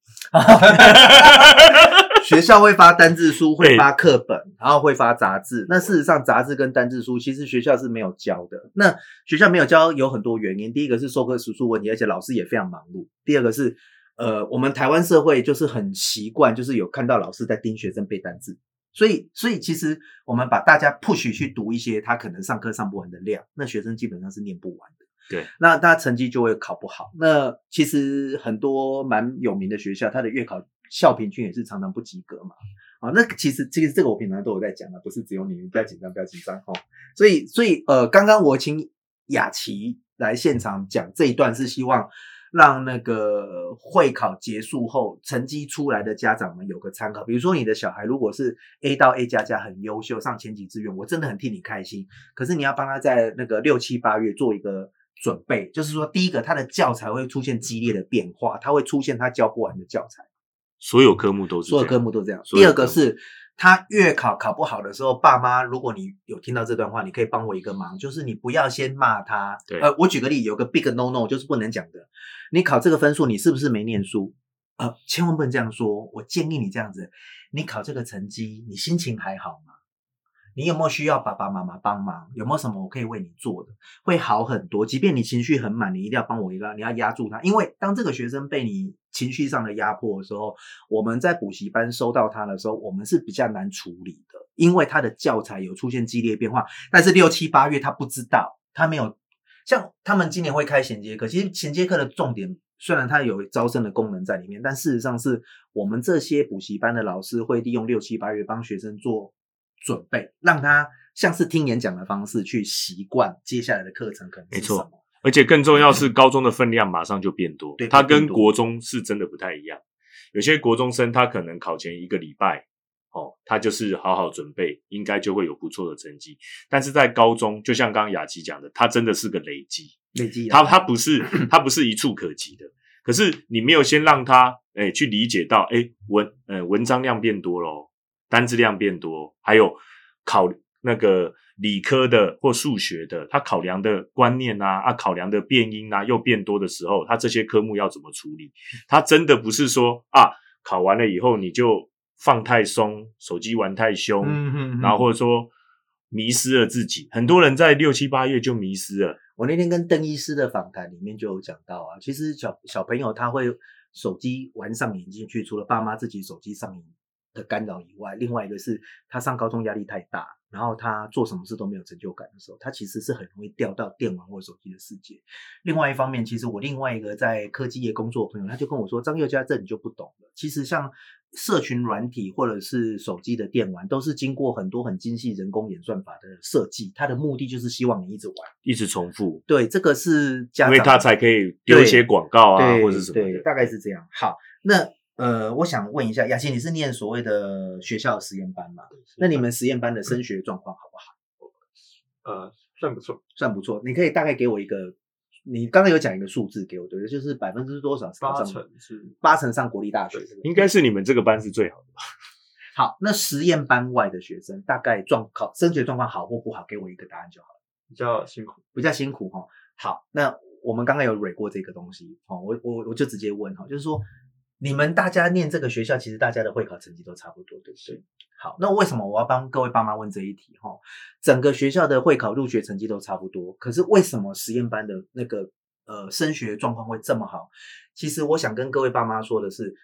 Speaker 2: 学校会发单字书，会发课本，然后会发杂志。那事实上，杂志跟单字书其实学校是没有教的。那学校没有教有很多原因，第一个是授课时数问题，而且老师也非常忙碌；第二个是，呃，我们台湾社会就是很习惯，就是有看到老师在盯学生背单字，所以所以其实我们把大家 push 去读一些他可能上课上不完的量，那学生基本上是念不完的。
Speaker 1: 对，
Speaker 2: 那他成绩就会考不好。那其实很多蛮有名的学校，他的月考校平均也是常常不及格嘛。啊，那其实其实这个我平常都有在讲啊的，不是只有你，不要紧张，不要紧张哦。所以，所以呃，刚刚我请雅琪来现场讲这一段，是希望让那个会考结束后成绩出来的家长们有个参考。比如说，你的小孩如果是 A 到 A 加加很优秀，上前几志愿，我真的很替你开心。可是你要帮他在那个六七八月做一个。准备就是说，第一个，他的教材会出现激烈的变化，它会出现他教不完的教材。
Speaker 1: 所有科目都是这
Speaker 2: 所
Speaker 1: 样
Speaker 2: 有科目都这样。
Speaker 1: 所
Speaker 2: 第
Speaker 1: 有
Speaker 2: 二个
Speaker 1: 科目
Speaker 2: 是，他月考考不好的时候，爸妈，如果你有听到这段话，你可以帮我一个忙，就是你不要先骂他。
Speaker 1: 对
Speaker 2: 呃，我举个例，有个 big no no 就是不能讲的，你考这个分数，你是不是没念书？呃，千万不能这样说。我建议你这样子，你考这个成绩，你心情还好吗？你有没有需要爸爸妈妈帮忙？有没有什么我可以为你做的？会好很多。即便你情绪很满，你一定要帮我一个，你要压住他，因为当这个学生被你情绪上的压迫的时候，我们在补习班收到他的时候，我们是比较难处理的，因为他的教材有出现激烈变化。但是六七八月他不知道，他没有像他们今年会开衔接课，其实衔接课的重点。虽然它有招生的功能在里面，但事实上是我们这些补习班的老师会利用六七八月帮学生做准备，让他像是听演讲的方式去习惯接下来的课程可能
Speaker 1: 没
Speaker 2: 是什
Speaker 1: 错
Speaker 2: 么。
Speaker 1: 而且更重要是，高中的分量马上就变多
Speaker 2: 对，
Speaker 1: 它
Speaker 2: 变
Speaker 1: 跟
Speaker 2: 多
Speaker 1: 国中是真的不太一样。有些国中生他可能考前一个礼拜，哦，他就是好好准备，应该就会有不错的成绩。但是在高中，就像刚刚雅琪讲的，它真的是个累积，
Speaker 2: 累积
Speaker 1: 它
Speaker 2: 啊
Speaker 1: 它不 是它不是一触可及的。可是你没有先让他哎、去理解到哎、文呃文章量变多咯，单字量变多，还有考那个理科的或数学的，他考量的观念啊，啊考量的变音啊又变多的时候，他这些科目要怎么处理？他真的不是说啊，考完了以后你就放太松，手机玩太凶，
Speaker 2: 嗯
Speaker 1: 然后或者说迷失了自己。很多人在六七八月就迷失了，
Speaker 2: 我那天跟邓医师的访谈里面就有讲到啊，其实小小朋友他会手机玩上瘾进去，除了爸妈自己手机上瘾的干扰以外，另外一个是他上高中压力太大，然后他做什么事都没有成就感的时候，他其实是很容易掉到电玩或手机的世界。另外一方面，其实我另外一个在科技业工作的朋友，他就跟我说，张佑嘉这你就不懂了。其实像社群软体或者是手机的电玩，都是经过很多很精细人工演算法的设计，它的目的就是希望你一直玩。
Speaker 1: 一直重复，
Speaker 2: 对，这个是家
Speaker 1: 因为
Speaker 2: 长，
Speaker 1: 他才可以丢一些广告啊
Speaker 2: 对
Speaker 1: 或者什么
Speaker 2: 对，
Speaker 1: 的。
Speaker 2: 大概是这样。好，那呃，我想问一下，雅琪，你是念所谓的学校实验班吗？那你们实验班的升学状况好不好？
Speaker 3: 呃算不错，
Speaker 2: 算不错，你可以大概给我一个，你刚才有讲一个数字给我，对不对？就是百分之多少是考
Speaker 3: 八
Speaker 2: 上
Speaker 3: 成是
Speaker 2: 八成上国立大学。
Speaker 3: 对
Speaker 1: 应该是你们这个班是最好的吧？
Speaker 2: 好，那实验班外的学生大概状考升学状况好或不好，给我一个答案就好。
Speaker 3: 比较辛苦。
Speaker 2: 比较辛苦哈。好，那我们刚刚有蕊过这个东西哦，我我我就直接问哈，就是说你们大家念这个学校，其实大家的会考成绩都差不多，对不对？好，那为什么我要帮各位爸妈问这一题哈？整个学校的会考入学成绩都差不多，可是为什么实验班的那个呃升学状况会这么好？其实我想跟各位爸妈说的是。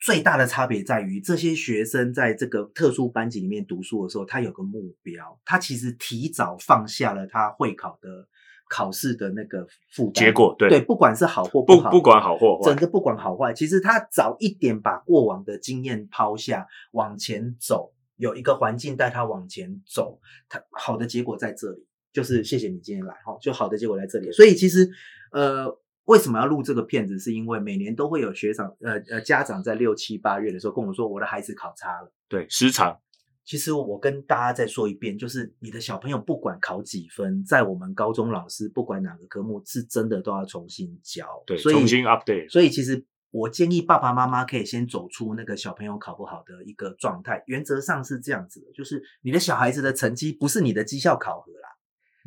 Speaker 2: 最大的差别在于，这些学生在这个特殊班级里面读书的时候，他有个目标，他其实提早放下了他会考的考试的那个负担
Speaker 1: 结果对
Speaker 2: 不管是好或
Speaker 1: 不
Speaker 2: 好，
Speaker 1: 不管好或坏
Speaker 2: 真，的不管好坏，其实他早一点把过往的经验抛下，往前走，有一个环境带他往前走，他好的结果在这里。就是谢谢你今天来哈，就好的结果在这里。所以其实，呃，为什么要录这个片子？是因为每年都会有学长、呃呃家长在六七八月的时候跟我说，我的孩子考差了。
Speaker 1: 对时长
Speaker 2: 其实我跟大家再说一遍，就是你的小朋友不管考几分，在我们高中老师不管哪个科目，是真的都要重新教，
Speaker 1: 对
Speaker 2: 所以
Speaker 1: 重新 update
Speaker 2: 所以其实我建议爸爸妈妈可以先走出那个小朋友考不好的一个状态，原则上是这样子的，就是你的小孩子的成绩不是你的绩效考核啦，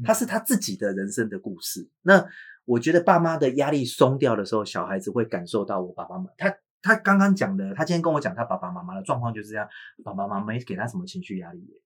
Speaker 2: 他是他自己的人生的故事。那我觉得爸妈的压力松掉的时候，小孩子会感受到我爸爸妈妈他。他刚刚讲的，他今天跟我讲他爸爸妈妈的状况就是这样，爸爸妈妈没给他什么情绪压力耶。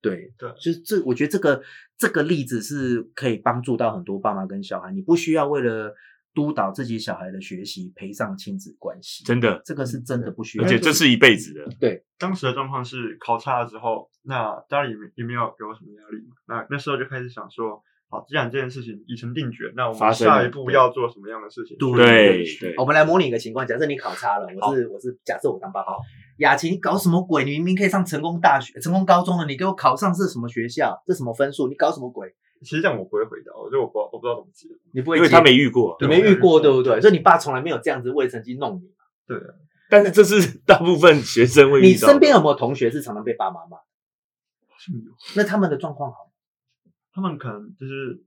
Speaker 2: 对
Speaker 3: 对
Speaker 2: 就是这，我觉得这个这个例子是可以帮助到很多爸妈跟小孩，你不需要为了督导自己小孩的学习赔上亲子关系，
Speaker 1: 真的，
Speaker 2: 这个是真的不需要。
Speaker 1: 而且这是一辈子的。
Speaker 3: 当时的状况是考差了之后，那家里也没也没有给我什么压力嘛。那那时候就开始想说，好，既然这件事情已成定决，那我
Speaker 1: 发
Speaker 3: 们
Speaker 1: 生了
Speaker 3: 下一步要做什么样的事情？
Speaker 2: 对
Speaker 1: 对对
Speaker 2: 哦我们来模拟一个情况，假设你考差了，我是我是假设我当爸爸，雅琪你搞什么鬼？你明明可以上成功大学、成功高中了，你给我考上是什么学校？这什么分数？你搞什么鬼？
Speaker 3: 其实这样我不会回答，我觉得我不我不知道怎么接。
Speaker 2: 你不会
Speaker 1: 因
Speaker 2: 接，
Speaker 1: 为他没遇过，
Speaker 2: 你没遇过，对
Speaker 3: 对
Speaker 2: 不对？所以你爸从来没有这样子为成绩弄你。
Speaker 3: 对，
Speaker 1: 但是这是大部分学生会
Speaker 2: 你
Speaker 1: 遇到的。
Speaker 2: 身边有没有同学是常常被爸妈骂？
Speaker 3: 是有
Speaker 2: 那他们的状况好吗？
Speaker 3: 他们可能就是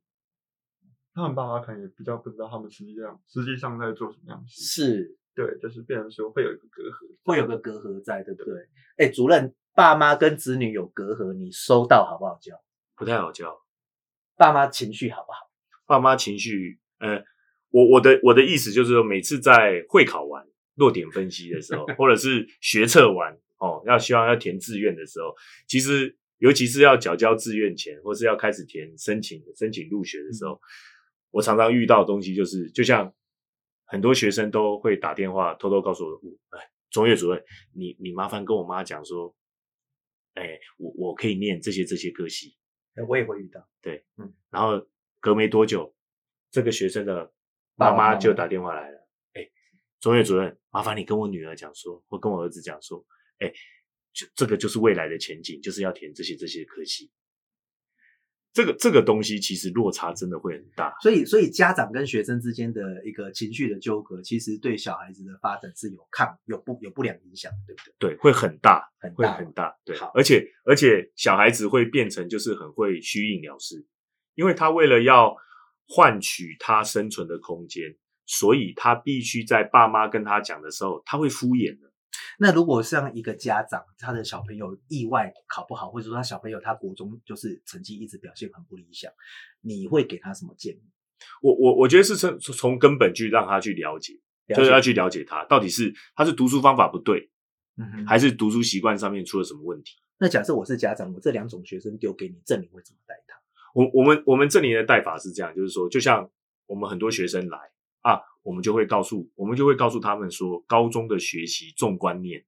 Speaker 3: 他们爸妈可能也比较不知道他们实际上实际上在做什么样的事情。
Speaker 2: 是
Speaker 3: 对，就是变成说会有一个隔阂。
Speaker 2: 会有个隔阂在，对不对？哎、主任，爸妈跟子女有隔阂，你收到好不好教？
Speaker 1: 不太好教，
Speaker 2: 爸妈情绪好不好？
Speaker 1: 爸妈情绪，呃，我我的我的意思就是说，每次在会考完落点分析的时候，或者是学测完哦，要希望要填志愿的时候，其实尤其是要缴交志愿前，或是要开始填申请申请入学的时候，我常常遇到的东西就是，就像很多学生都会打电话偷偷告诉我，哎，中岳主任，你你麻烦跟我妈讲说，哎，我我可以念这些这些科系，
Speaker 2: 哎我也会遇到，
Speaker 1: 然后隔没多久，这个学生的
Speaker 2: 爸
Speaker 1: 妈
Speaker 2: 爸妈
Speaker 1: 妈
Speaker 2: 妈
Speaker 1: 就打电话来了，哎、中岳主任，麻烦你跟我女儿讲说，或跟我儿子讲说，哎、就这个就是未来的前景，就是要填这些这些科系。这个这个东西其实落差真的会很大，
Speaker 2: 所以所以家长跟学生之间的一个情绪的纠葛，其实对小孩子的发展是有抗有不有不良影响的，对不对？
Speaker 1: 对，会很大，
Speaker 2: 很
Speaker 1: 会
Speaker 2: 大
Speaker 1: 很大，对
Speaker 2: 好，
Speaker 1: 而且而且小孩子会变成就是很会虚应了事，因为他为了要换取他生存的空间，所以他必须在爸妈跟他讲的时候，他会敷衍的，
Speaker 2: 那如果像一个家长，他的小朋友意外考不好，或者说他小朋友他国中就是成绩一直表现很不理想，你会给他什么建议？
Speaker 1: 我我我觉得是从从根本去让他去了解，
Speaker 2: 了
Speaker 1: 就是
Speaker 2: 解
Speaker 1: 要去了解他到底是他是读书方法不对，
Speaker 2: 嗯哼，
Speaker 1: 还是读书习惯上面出了什么问题。
Speaker 2: 那假设我是家长，我这两种学生丢给你，这你会怎么带他？
Speaker 1: 我我们我们这里的带法是这样，就是说，就像我们很多学生来啊，我们就会告诉我们就会告诉他们说，高中的学习重观念，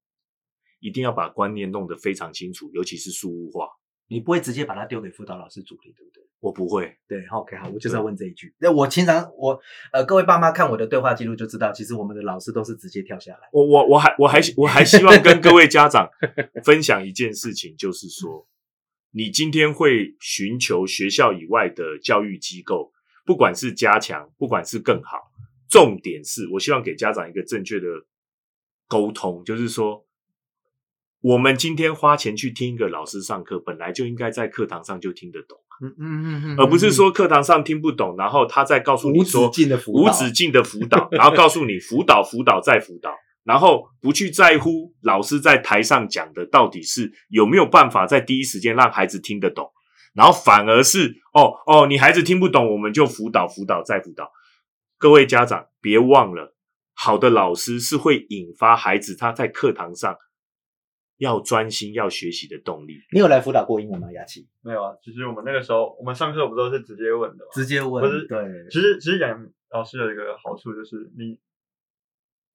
Speaker 1: 一定要把观念弄得非常清楚，尤其是书物化。
Speaker 2: 你不会直接把他丢给辅导老师处理，对不对？
Speaker 1: 我不会，
Speaker 2: 对，OK，好，我就是要问这一句。那我经常我呃，各位爸妈看我的对话记录就知道，其实我们的老师都是直接跳下来。
Speaker 1: 我我我还我还我还希望跟各位家 长分享一件事情，就是说，你今天会寻求学校以外的教育机构，不管是加强，不管是更好，重点是我希望给家长一个正确的沟通，就是说，我们今天花钱去听一个老师上课，本来就应该在课堂上就听得懂，
Speaker 2: 嗯嗯嗯
Speaker 1: 而不是说课堂上听不懂，然后他再告诉你
Speaker 2: 无止
Speaker 1: 说
Speaker 2: 境的辅导，
Speaker 1: 无止境的辅导，然后告诉你辅导、辅导再辅导，然后不去在乎老师在台上讲的到底是有没有办法在第一时间让孩子听得懂，然后反而是哦哦，你孩子听不懂，我们就辅导、辅导再辅导。各位家长别忘了，好的老师是会引发孩子他在课堂上要专心要学习的动力。
Speaker 2: 你有来辅导过英文吗？雅琪
Speaker 3: 没有啊，其实我们那个时候，我们上课不都是直接问的吗？
Speaker 2: 直接问
Speaker 3: 不是
Speaker 2: 对，
Speaker 3: 其实其实杨老师有一个好处就是你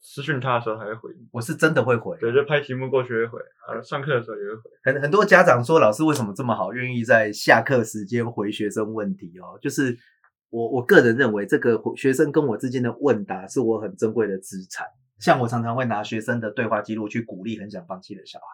Speaker 3: 私讯他的时候他会回你，
Speaker 2: 我是真的会回。
Speaker 3: 对，就拍题目过去会回，啊，上课的时候也会回。
Speaker 2: 很很多家长说，老师为什么这么好，愿意在下课时间回学生问题哦？就是我我个人认为，这个学生跟我之间的问答是我很珍贵的资产。像我常常会拿学生的对话记录去鼓励很想放弃的小孩，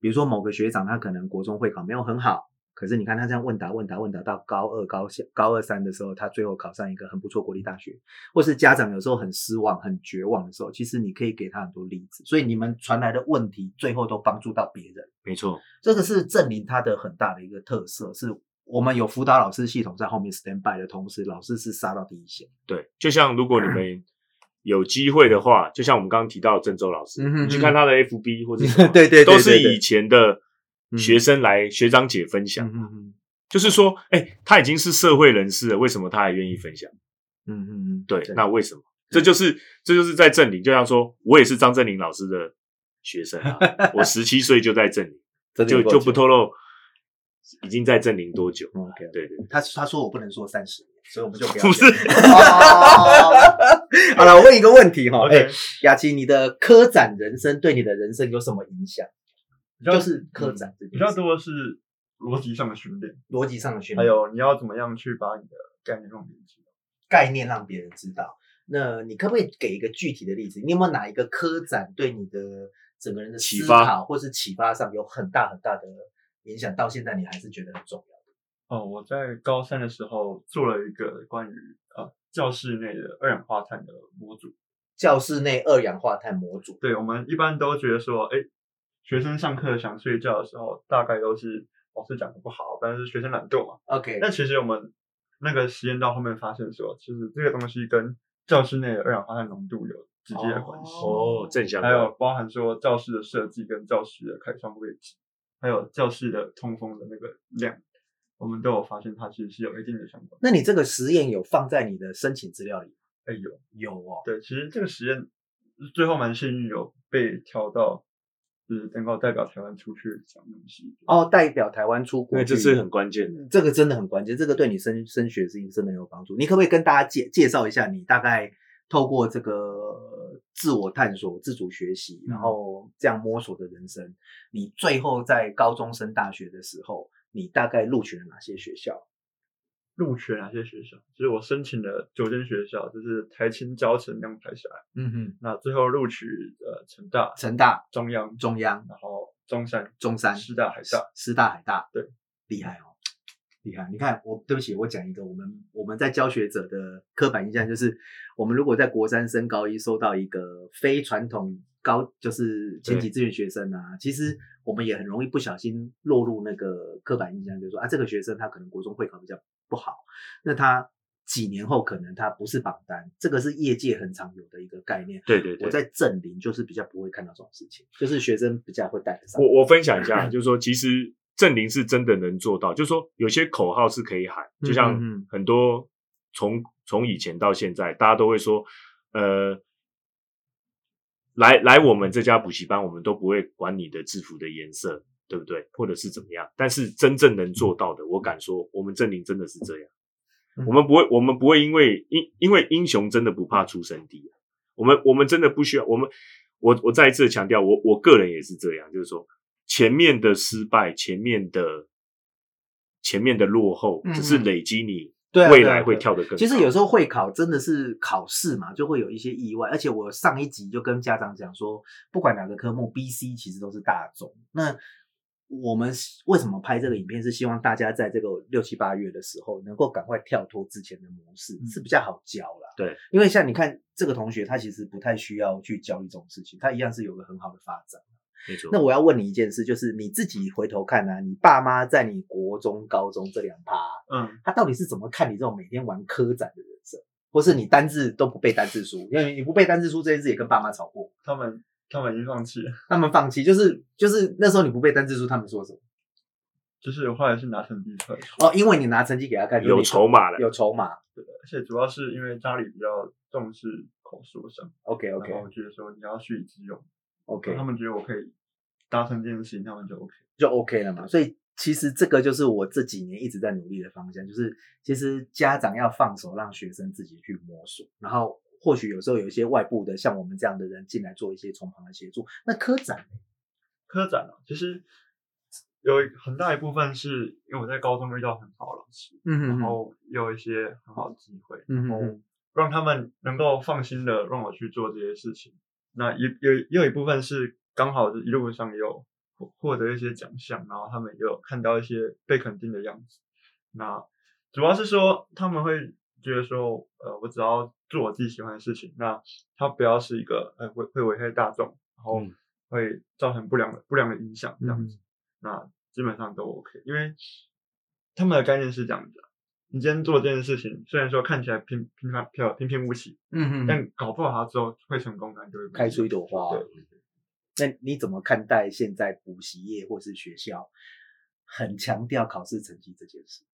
Speaker 2: 比如说某个学长，他可能国中会考没有很好，可是你看他这样问答问答问答到高二高下高二三的时候，他最后考上一个很不错国立大学，或是家长有时候很失望、很绝望的时候，其实你可以给他很多例子，所以你们传来的问题最后都帮助到别人。
Speaker 1: 没错，
Speaker 2: 这个是正林他的很大的一个特色，是我们有辅导老师系统在后面 stand by 的同时，老师是杀到第一线。
Speaker 1: 对，就像如果你们有机会的话，就像我们刚刚提到郑州老师，
Speaker 2: 嗯哼
Speaker 1: 你去
Speaker 2: 嗯
Speaker 1: 看他的 FB 或者什么
Speaker 2: 对对对
Speaker 1: 都是
Speaker 2: 对对
Speaker 1: 以前的学生来学长姐分享，
Speaker 2: 嗯
Speaker 1: 就是说，哎，他已经是社会人士了，为什么他还愿意分享？
Speaker 2: 嗯嗯，
Speaker 1: 对，那为什么？这就是这就是在正林，就像说我也是张振林老师的学生啊，我十七岁就在正 林，
Speaker 2: 那
Speaker 1: 就就不透露已经在正林多久。
Speaker 2: 嗯 OK。
Speaker 1: 对对，对
Speaker 2: 他他说我不能说三十年，所以我们就不要
Speaker 1: 不是
Speaker 2: 讲。 好了，我问一个问题哈，哎
Speaker 3: OK，
Speaker 2: 雅琪，你的科展人生对你的人生有什么影响？
Speaker 3: 比较
Speaker 2: 就是科展这
Speaker 3: 比
Speaker 2: 件
Speaker 3: 较
Speaker 2: 事，
Speaker 3: 多的是逻辑上的训练，
Speaker 2: 逻辑上的训
Speaker 3: 还
Speaker 2: 练，
Speaker 3: 有你要怎么样去把你的概念弄明白。
Speaker 2: 概念让别人知道。那你可不可以给一个具体的例子？你有没有哪一个科展对你的整个人的
Speaker 1: 启
Speaker 2: 思
Speaker 1: 发
Speaker 2: 考或是启发上有很大很大的影响？到现在你还是觉得很重要？
Speaker 3: 哦，我在高三的时候做了一个关于呃教室内的二氧化碳的模组。
Speaker 2: 教室内二氧化碳模组，
Speaker 3: 对，我们一般都觉得说，哎，学生上课想睡觉的时候，大概都是老师讲的不好，但是学生懒惰嘛。
Speaker 2: OK，
Speaker 3: 但其实我们那个实验到后面发现说，其实这个东西跟教室内的二氧化碳浓度有直接的关系，
Speaker 1: 哦，正相
Speaker 3: 还有
Speaker 1: 关。
Speaker 3: 包含说教室的设计跟教室的开窗位置，还有教室的通风的那个量，我们都有发现它其实是有一定的相关。
Speaker 2: 那你这个实验有放在你的申请资料里？
Speaker 3: 哎有，
Speaker 2: 有哦，
Speaker 3: 对，其实这个实验最后蛮幸运有被挑到，就是能够代表台湾出去讲东西。
Speaker 2: 哦，代表台湾出国
Speaker 1: 对，
Speaker 2: 去，
Speaker 1: 这是很关键的。
Speaker 2: 这个真的很关键，这个对你升升学是真的有帮助。你可不可以跟大家介介绍一下，你大概透过这个自我探索、自主学习，然后这样摸索的人生，你最后在高中升大学的时候，你大概录取了哪些学校？
Speaker 3: 录取了哪些学校？就是我申请了九间学校，就是台青、交城那样排下来。
Speaker 2: 嗯哼，
Speaker 3: 那最后录取呃成大、
Speaker 2: 成大、
Speaker 3: 中央，
Speaker 2: 中央、
Speaker 3: 然后中山、
Speaker 2: 中山、
Speaker 3: 师大、海大。
Speaker 2: 师大、海大，
Speaker 3: 对，
Speaker 2: 厉害哦，厉害！你看，我对不起，我讲一个我们我们在教学者的刻板印象，就是我们如果在国三升高一收到一个非传统高，就是前几志愿学生啊，其实我们也很容易不小心落入那个刻板印象，就是说啊，这个学生他可能国中会考比较不好，那他几年后可能他不是榜单，这个是业界很常有的一个概念。
Speaker 1: 对对对
Speaker 2: 我，在正林就是比较不会看到这种事情，就是学生比较会带得上。
Speaker 1: 我我分享一下，就是说，其实正林是真的能做到，就是说有些口号是可以喊，
Speaker 2: 嗯
Speaker 1: 就像
Speaker 2: 嗯嗯
Speaker 1: 很多从从以前到现在，大家都会说，呃，来来我们这家补习班，我们都不会管你的制服的颜色，对不对？或者是怎么样？但是真正能做到的，我敢说，我们正林真的是这样。
Speaker 3: 嗯
Speaker 1: 我们不会，我们不会因为因因为英雄真的不怕出身低、啊我们我们真的不需要，我们我我再一次强调，我我个人也是这样，就是说前面的失败，前面的前面的落后
Speaker 2: 嗯，
Speaker 1: 只是累积你
Speaker 2: 对啊
Speaker 1: 未
Speaker 2: 对啊
Speaker 1: 来会
Speaker 2: 对啊
Speaker 1: 跳得更高。
Speaker 2: 其实有时候会考真的是考试嘛，就会有一些意外。而且我上一集就跟家长讲说，不管哪个科目，B、C 其实都是大众。那我们为什么拍这个影片，是希望大家在这个六七八月的时候，能够赶快跳脱之前的模式，
Speaker 3: 嗯
Speaker 2: 是比较好教啦。
Speaker 1: 对，
Speaker 2: 因为像你看这个同学，他其实不太需要去教育这种事情，他一样是有个很好的发展。
Speaker 1: 没错，
Speaker 2: 那我要问你一件事，就是你自己回头看啊，你爸妈在你国中、高中这两趴、
Speaker 3: 嗯，
Speaker 2: 他到底是怎么看你这种每天玩科展的人生，或是你单字都不背单字书？因为你不背单字书这件事也跟爸妈吵过，
Speaker 3: 他们他们已经放弃了，
Speaker 2: 他们放弃，就是就是那时候你不背单字书，他们说什么？
Speaker 3: 就是我后来是拿成绩出来出，
Speaker 2: 哦，因为你拿成绩给他看，
Speaker 1: 有筹码了。
Speaker 2: 有筹码。
Speaker 3: 而且主要是因为家里比较重视口说上，
Speaker 2: OK
Speaker 3: 然
Speaker 2: OK
Speaker 3: 后我觉得说你要蓄之用，
Speaker 2: OK，
Speaker 3: 他们觉得我可以达成这件事情，他们就 OK。
Speaker 2: 就 OK 了嘛。所以其实这个就是我这几年一直在努力的方向，就是其实家长要放手让学生自己去摸索，然后或许有时候有一些外部的像我们这样的人进来做一些从旁的协助。那科展
Speaker 3: 科展啊，其实有一很大一部分是因为我在高中遇到很好的老师，
Speaker 2: 嗯哼
Speaker 3: 然后也有一些很好的机会，
Speaker 2: 嗯
Speaker 3: 然
Speaker 2: 哼
Speaker 3: 后让他们能够放心的让我去做这些事情。那也有也有一部分是刚好是一路上也有获获得一些奖项，然后他们也有看到一些被肯定的样子。那主要是说他们会觉得说，呃，我只要做我自己喜欢的事情，那他不要是一个呃会会危害大众，然后
Speaker 1: 嗯
Speaker 3: 会造成不良的不良的影响这样子。
Speaker 2: 嗯
Speaker 3: 那基本上都 OK，因为他们的概念是这样子、啊：你今天做这件事情，虽然说看起来平平凡平平平无奇，
Speaker 2: 嗯
Speaker 3: 但搞不好它之后会成功的，你就会
Speaker 2: 开出一朵花。
Speaker 3: 对，
Speaker 2: 那你怎么看待现在补习业或是学校很强调考试成绩这件事？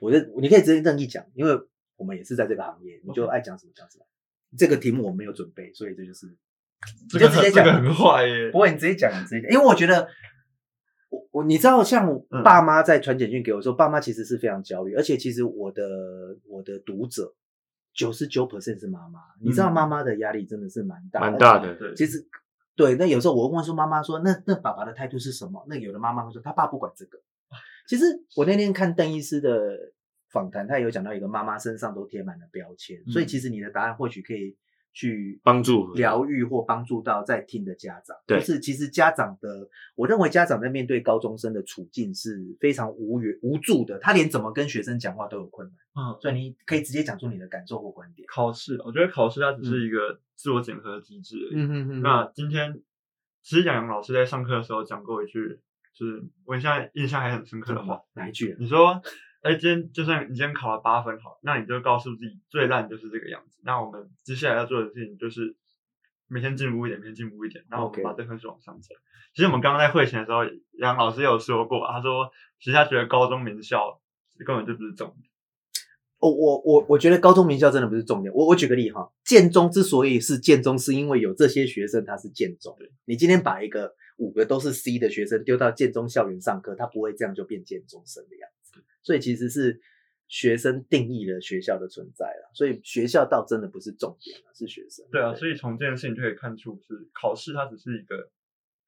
Speaker 2: 我认你可以直接任意讲，因为我们也是在这个行业，你就
Speaker 3: OK
Speaker 2: 爱讲什么讲什么。这个题目我没有准备，所以这就是
Speaker 3: 这
Speaker 2: 你就
Speaker 3: 个
Speaker 2: 直接
Speaker 3: 很
Speaker 2: 讲
Speaker 3: 这个很坏耶
Speaker 2: 不。会，你直接讲，你直接讲，因为我觉得。我我你知道，像我
Speaker 3: 嗯
Speaker 2: 爸妈在传简讯给我说，爸妈其实是非常焦虑，而且其实我的我的读者九十九 percent 是妈妈，你知道
Speaker 3: 嗯
Speaker 2: 妈妈的压力真的是蛮大的，
Speaker 1: 蛮大的
Speaker 3: 对，
Speaker 2: 其实对，那有时候我会问说妈妈说，那那爸爸的态度是什么？那有的妈妈会说他爸不管这个。其实我那天看邓医师的访谈，他有讲到一个妈妈身上都贴满了标签，所以
Speaker 3: 嗯
Speaker 2: 其实你的答案或许可以去
Speaker 1: 帮助
Speaker 2: 疗愈或帮助到在听的家长。
Speaker 1: 对
Speaker 2: 就是其实家长的，我认为家长在面对高中生的处境是非常无缘无助的，他连怎么跟学生讲话都有困难，
Speaker 3: 嗯，
Speaker 2: 所以你可以直接讲出你的感受或观点。
Speaker 3: 考试，我觉得考试它只是一个自我检核的机制而已。
Speaker 2: 嗯嗯
Speaker 3: 那今天其实杨洋老师在上课的时候讲过一句，就是我现在印象还很深刻的话，
Speaker 2: 哪一句啊？
Speaker 3: 你说，哎，今天就算你今天考了八分好，那你就告诉自己最烂就是这个样子。那我们接下来要做的事情就是每天进步一点，每天进步一点，然后我
Speaker 2: OK
Speaker 3: 们把这分数往上加。其实我们刚刚在会前的时候，杨老师有说过，他说其实他觉得高中名校根本就不是重点。
Speaker 2: 我哦我我我觉得高中名校真的不是重点。我我举个例哈，建中之所以是建中，是因为有这些学生他是建中。你今天把一个五个都是 C 的学生丢到建中校园上课，他不会这样就变建中生的样子。所以其实是学生定义了学校的存在了。所以学校倒真的不是重点了，是学生。
Speaker 3: 对啊，所以从这件事情就可以看出，是考试它只是一个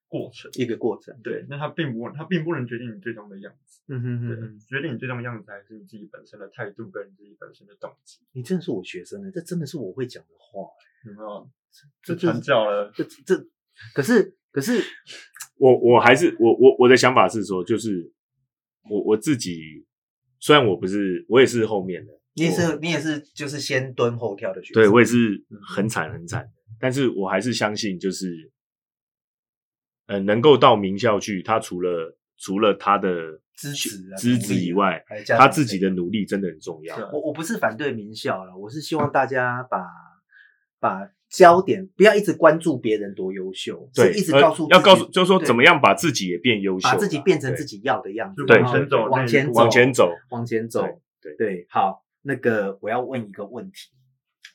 Speaker 3: 过程。
Speaker 2: 一个过程。
Speaker 3: 对，那它并不，它并不能决定你最终的样子。
Speaker 2: 嗯哼
Speaker 3: 对，决定你最终的样子还是你自己本身的态度跟你自己本身的动机，
Speaker 2: 你真的是我学生呢，欸这真的是我会讲的话。
Speaker 3: 有没有？
Speaker 2: 这
Speaker 3: 这
Speaker 2: 这
Speaker 3: 传教了。
Speaker 2: 这这，可是可是，
Speaker 1: 我我还是我我我的想法是说，就是我我自己，虽然我不是，我也是后面的，
Speaker 2: 你也
Speaker 1: 我
Speaker 2: 是你也是就是先蹲后跳的学生。
Speaker 1: 对我也是很惨很惨，但是我还是相信，就是呃，能够到名校去，他除了除了他的
Speaker 2: 资质啊
Speaker 1: 资质以外，
Speaker 2: 还有家长
Speaker 1: 他自己的努力真的很重要
Speaker 3: 是。啊
Speaker 2: 我我不是反对名校了，我是希望大家把把焦点不要一直关注别人多优秀，
Speaker 1: 对，
Speaker 2: 是一直
Speaker 1: 呃
Speaker 2: 告诉
Speaker 1: 要
Speaker 2: 自己
Speaker 1: 告诉，就是说
Speaker 2: 对
Speaker 1: 怎么样把自己也变优秀啦，
Speaker 2: 把自己变成
Speaker 1: 对
Speaker 2: 自己要的样子，
Speaker 3: 对
Speaker 2: 然后
Speaker 3: 往
Speaker 2: 往前
Speaker 3: 前走那一步
Speaker 1: 往前走。
Speaker 2: 往前走，
Speaker 1: 对
Speaker 2: 对，好，那个我要问一个问题，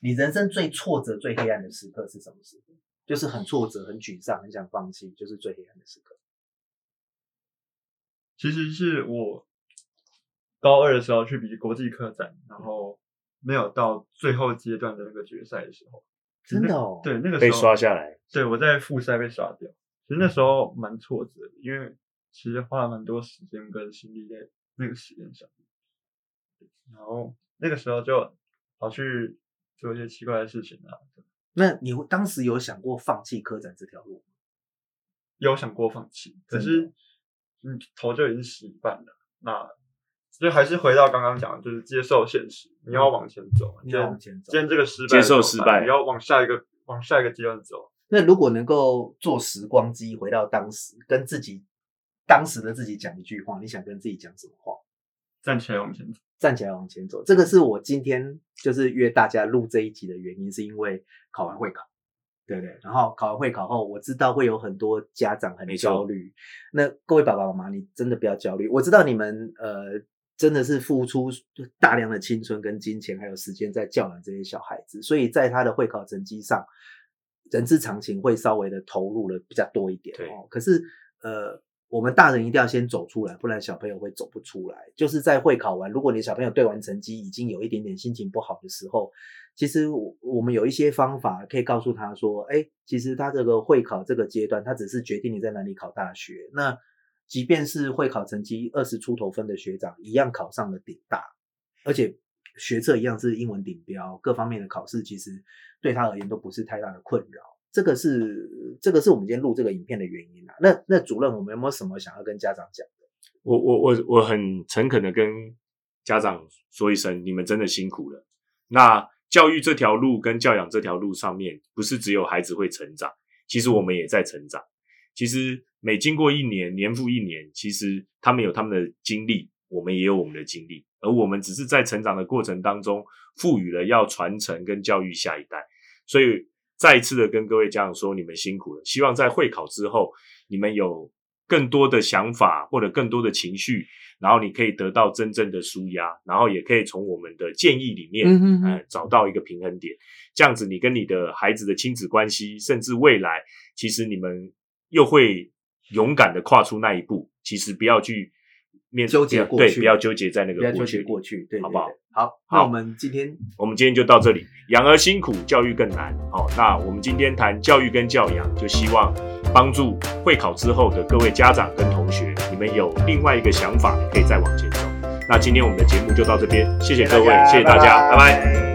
Speaker 2: 你人生最挫折、最黑暗的时刻是什么时刻？就是很挫折、很沮丧、很想放弃，就是最黑暗的时刻。
Speaker 3: 其实是我高二的时候去比国际科展，然后没有到最后阶段的那个决赛的时候，
Speaker 2: 真的哦，
Speaker 3: 嗯对，那个时
Speaker 1: 被
Speaker 3: 候
Speaker 1: 刷下来，
Speaker 3: 对我在复赛被刷掉，其实那时候蛮挫折的，因为其实花了蛮多时间跟心力在那个实验上面，然后那个时候就跑去做一些奇怪的事情啊，
Speaker 2: 那你当时有想过放弃科展这条路吗？
Speaker 3: 有想过放弃，可
Speaker 2: 真
Speaker 3: 是你头就已经洗一半了，那就还是回到刚刚讲的，就是接受现实，你要往前走，
Speaker 2: 你要往前走
Speaker 3: 今。天这个失败了
Speaker 1: 接受
Speaker 3: 怎么
Speaker 1: 失
Speaker 3: 办
Speaker 1: 败
Speaker 3: 你要往下一个往下一个阶段走，
Speaker 2: 那如果能够坐时光机回到当时，跟自己当时的自己讲一句话，你想跟自己讲什么话？
Speaker 3: 站起来往前走。
Speaker 2: 站起来往前走，这个是我今天就是约大家录这一集的原因，是因为考完会考，对不对？然后考完会考后，我知道会有很多家长很
Speaker 1: 没错
Speaker 2: 焦虑。那各位爸爸妈妈，你真的不要焦虑，我知道你们呃真的是付出大量的青春跟金钱还有时间在教养这些小孩子，所以在他的会考成绩上，人之常情会稍微的投入了比较多一点
Speaker 1: 对
Speaker 2: 哦。可是呃，我们大人一定要先走出来，不然小朋友会走不出来。就是在会考完，如果你小朋友对完成绩已经有一点点心情不好的时候，其实我我们有一些方法可以告诉他说，哎，其实他这个会考这个阶段，他只是决定你在哪里考大学。那即便是会考成绩二十出头分的学长，一样考上了顶大，而且学测一样是英文顶标，各方面的考试其实对他而言都不是太大的困扰。这个是这个是我们今天录这个影片的原因啊。那那主任，我们有没有什么想要跟家长讲的？
Speaker 1: 我我我我很诚恳的跟家长说一声，你们真的辛苦了。那教育这条路跟教养这条路上面，不是只有孩子会成长，其实我们也在成长。其实每经过一年，年复一年，其实他们有他们的经历，我们也有我们的经历，而我们只是在成长的过程当中，赋予了要传承跟教育下一代。所以再一次的跟各位家长说，你们辛苦了。希望在会考之后，你们有更多的想法或者更多的情绪，然后你可以得到真正的舒压，然后也可以从我们的建议里面，
Speaker 2: 嗯哼哼
Speaker 1: 呃，找到一个平衡点。这样子，你跟你的孩子的亲子关系，甚至未来，其实你们又会勇敢的跨出那一步。其实不要去面
Speaker 2: 纠结过
Speaker 1: 对，
Speaker 2: 去
Speaker 1: 不要纠结在那
Speaker 2: 不要
Speaker 1: 个
Speaker 2: 纠
Speaker 1: 过
Speaker 2: 结
Speaker 1: 去。
Speaker 2: 过去，对，对
Speaker 1: 好不好？
Speaker 2: 对好，
Speaker 1: 好
Speaker 2: 那我们今天
Speaker 1: 我们今天就到这里。养儿辛苦，教育更难。好、那我们今天谈教育跟教养，就希望帮助会考之后的各位家长跟同学，你们有另外一个想法，可以再往前走。那今天我们的节目就到这边，谢谢各位，谢谢大家，拜拜
Speaker 2: 拜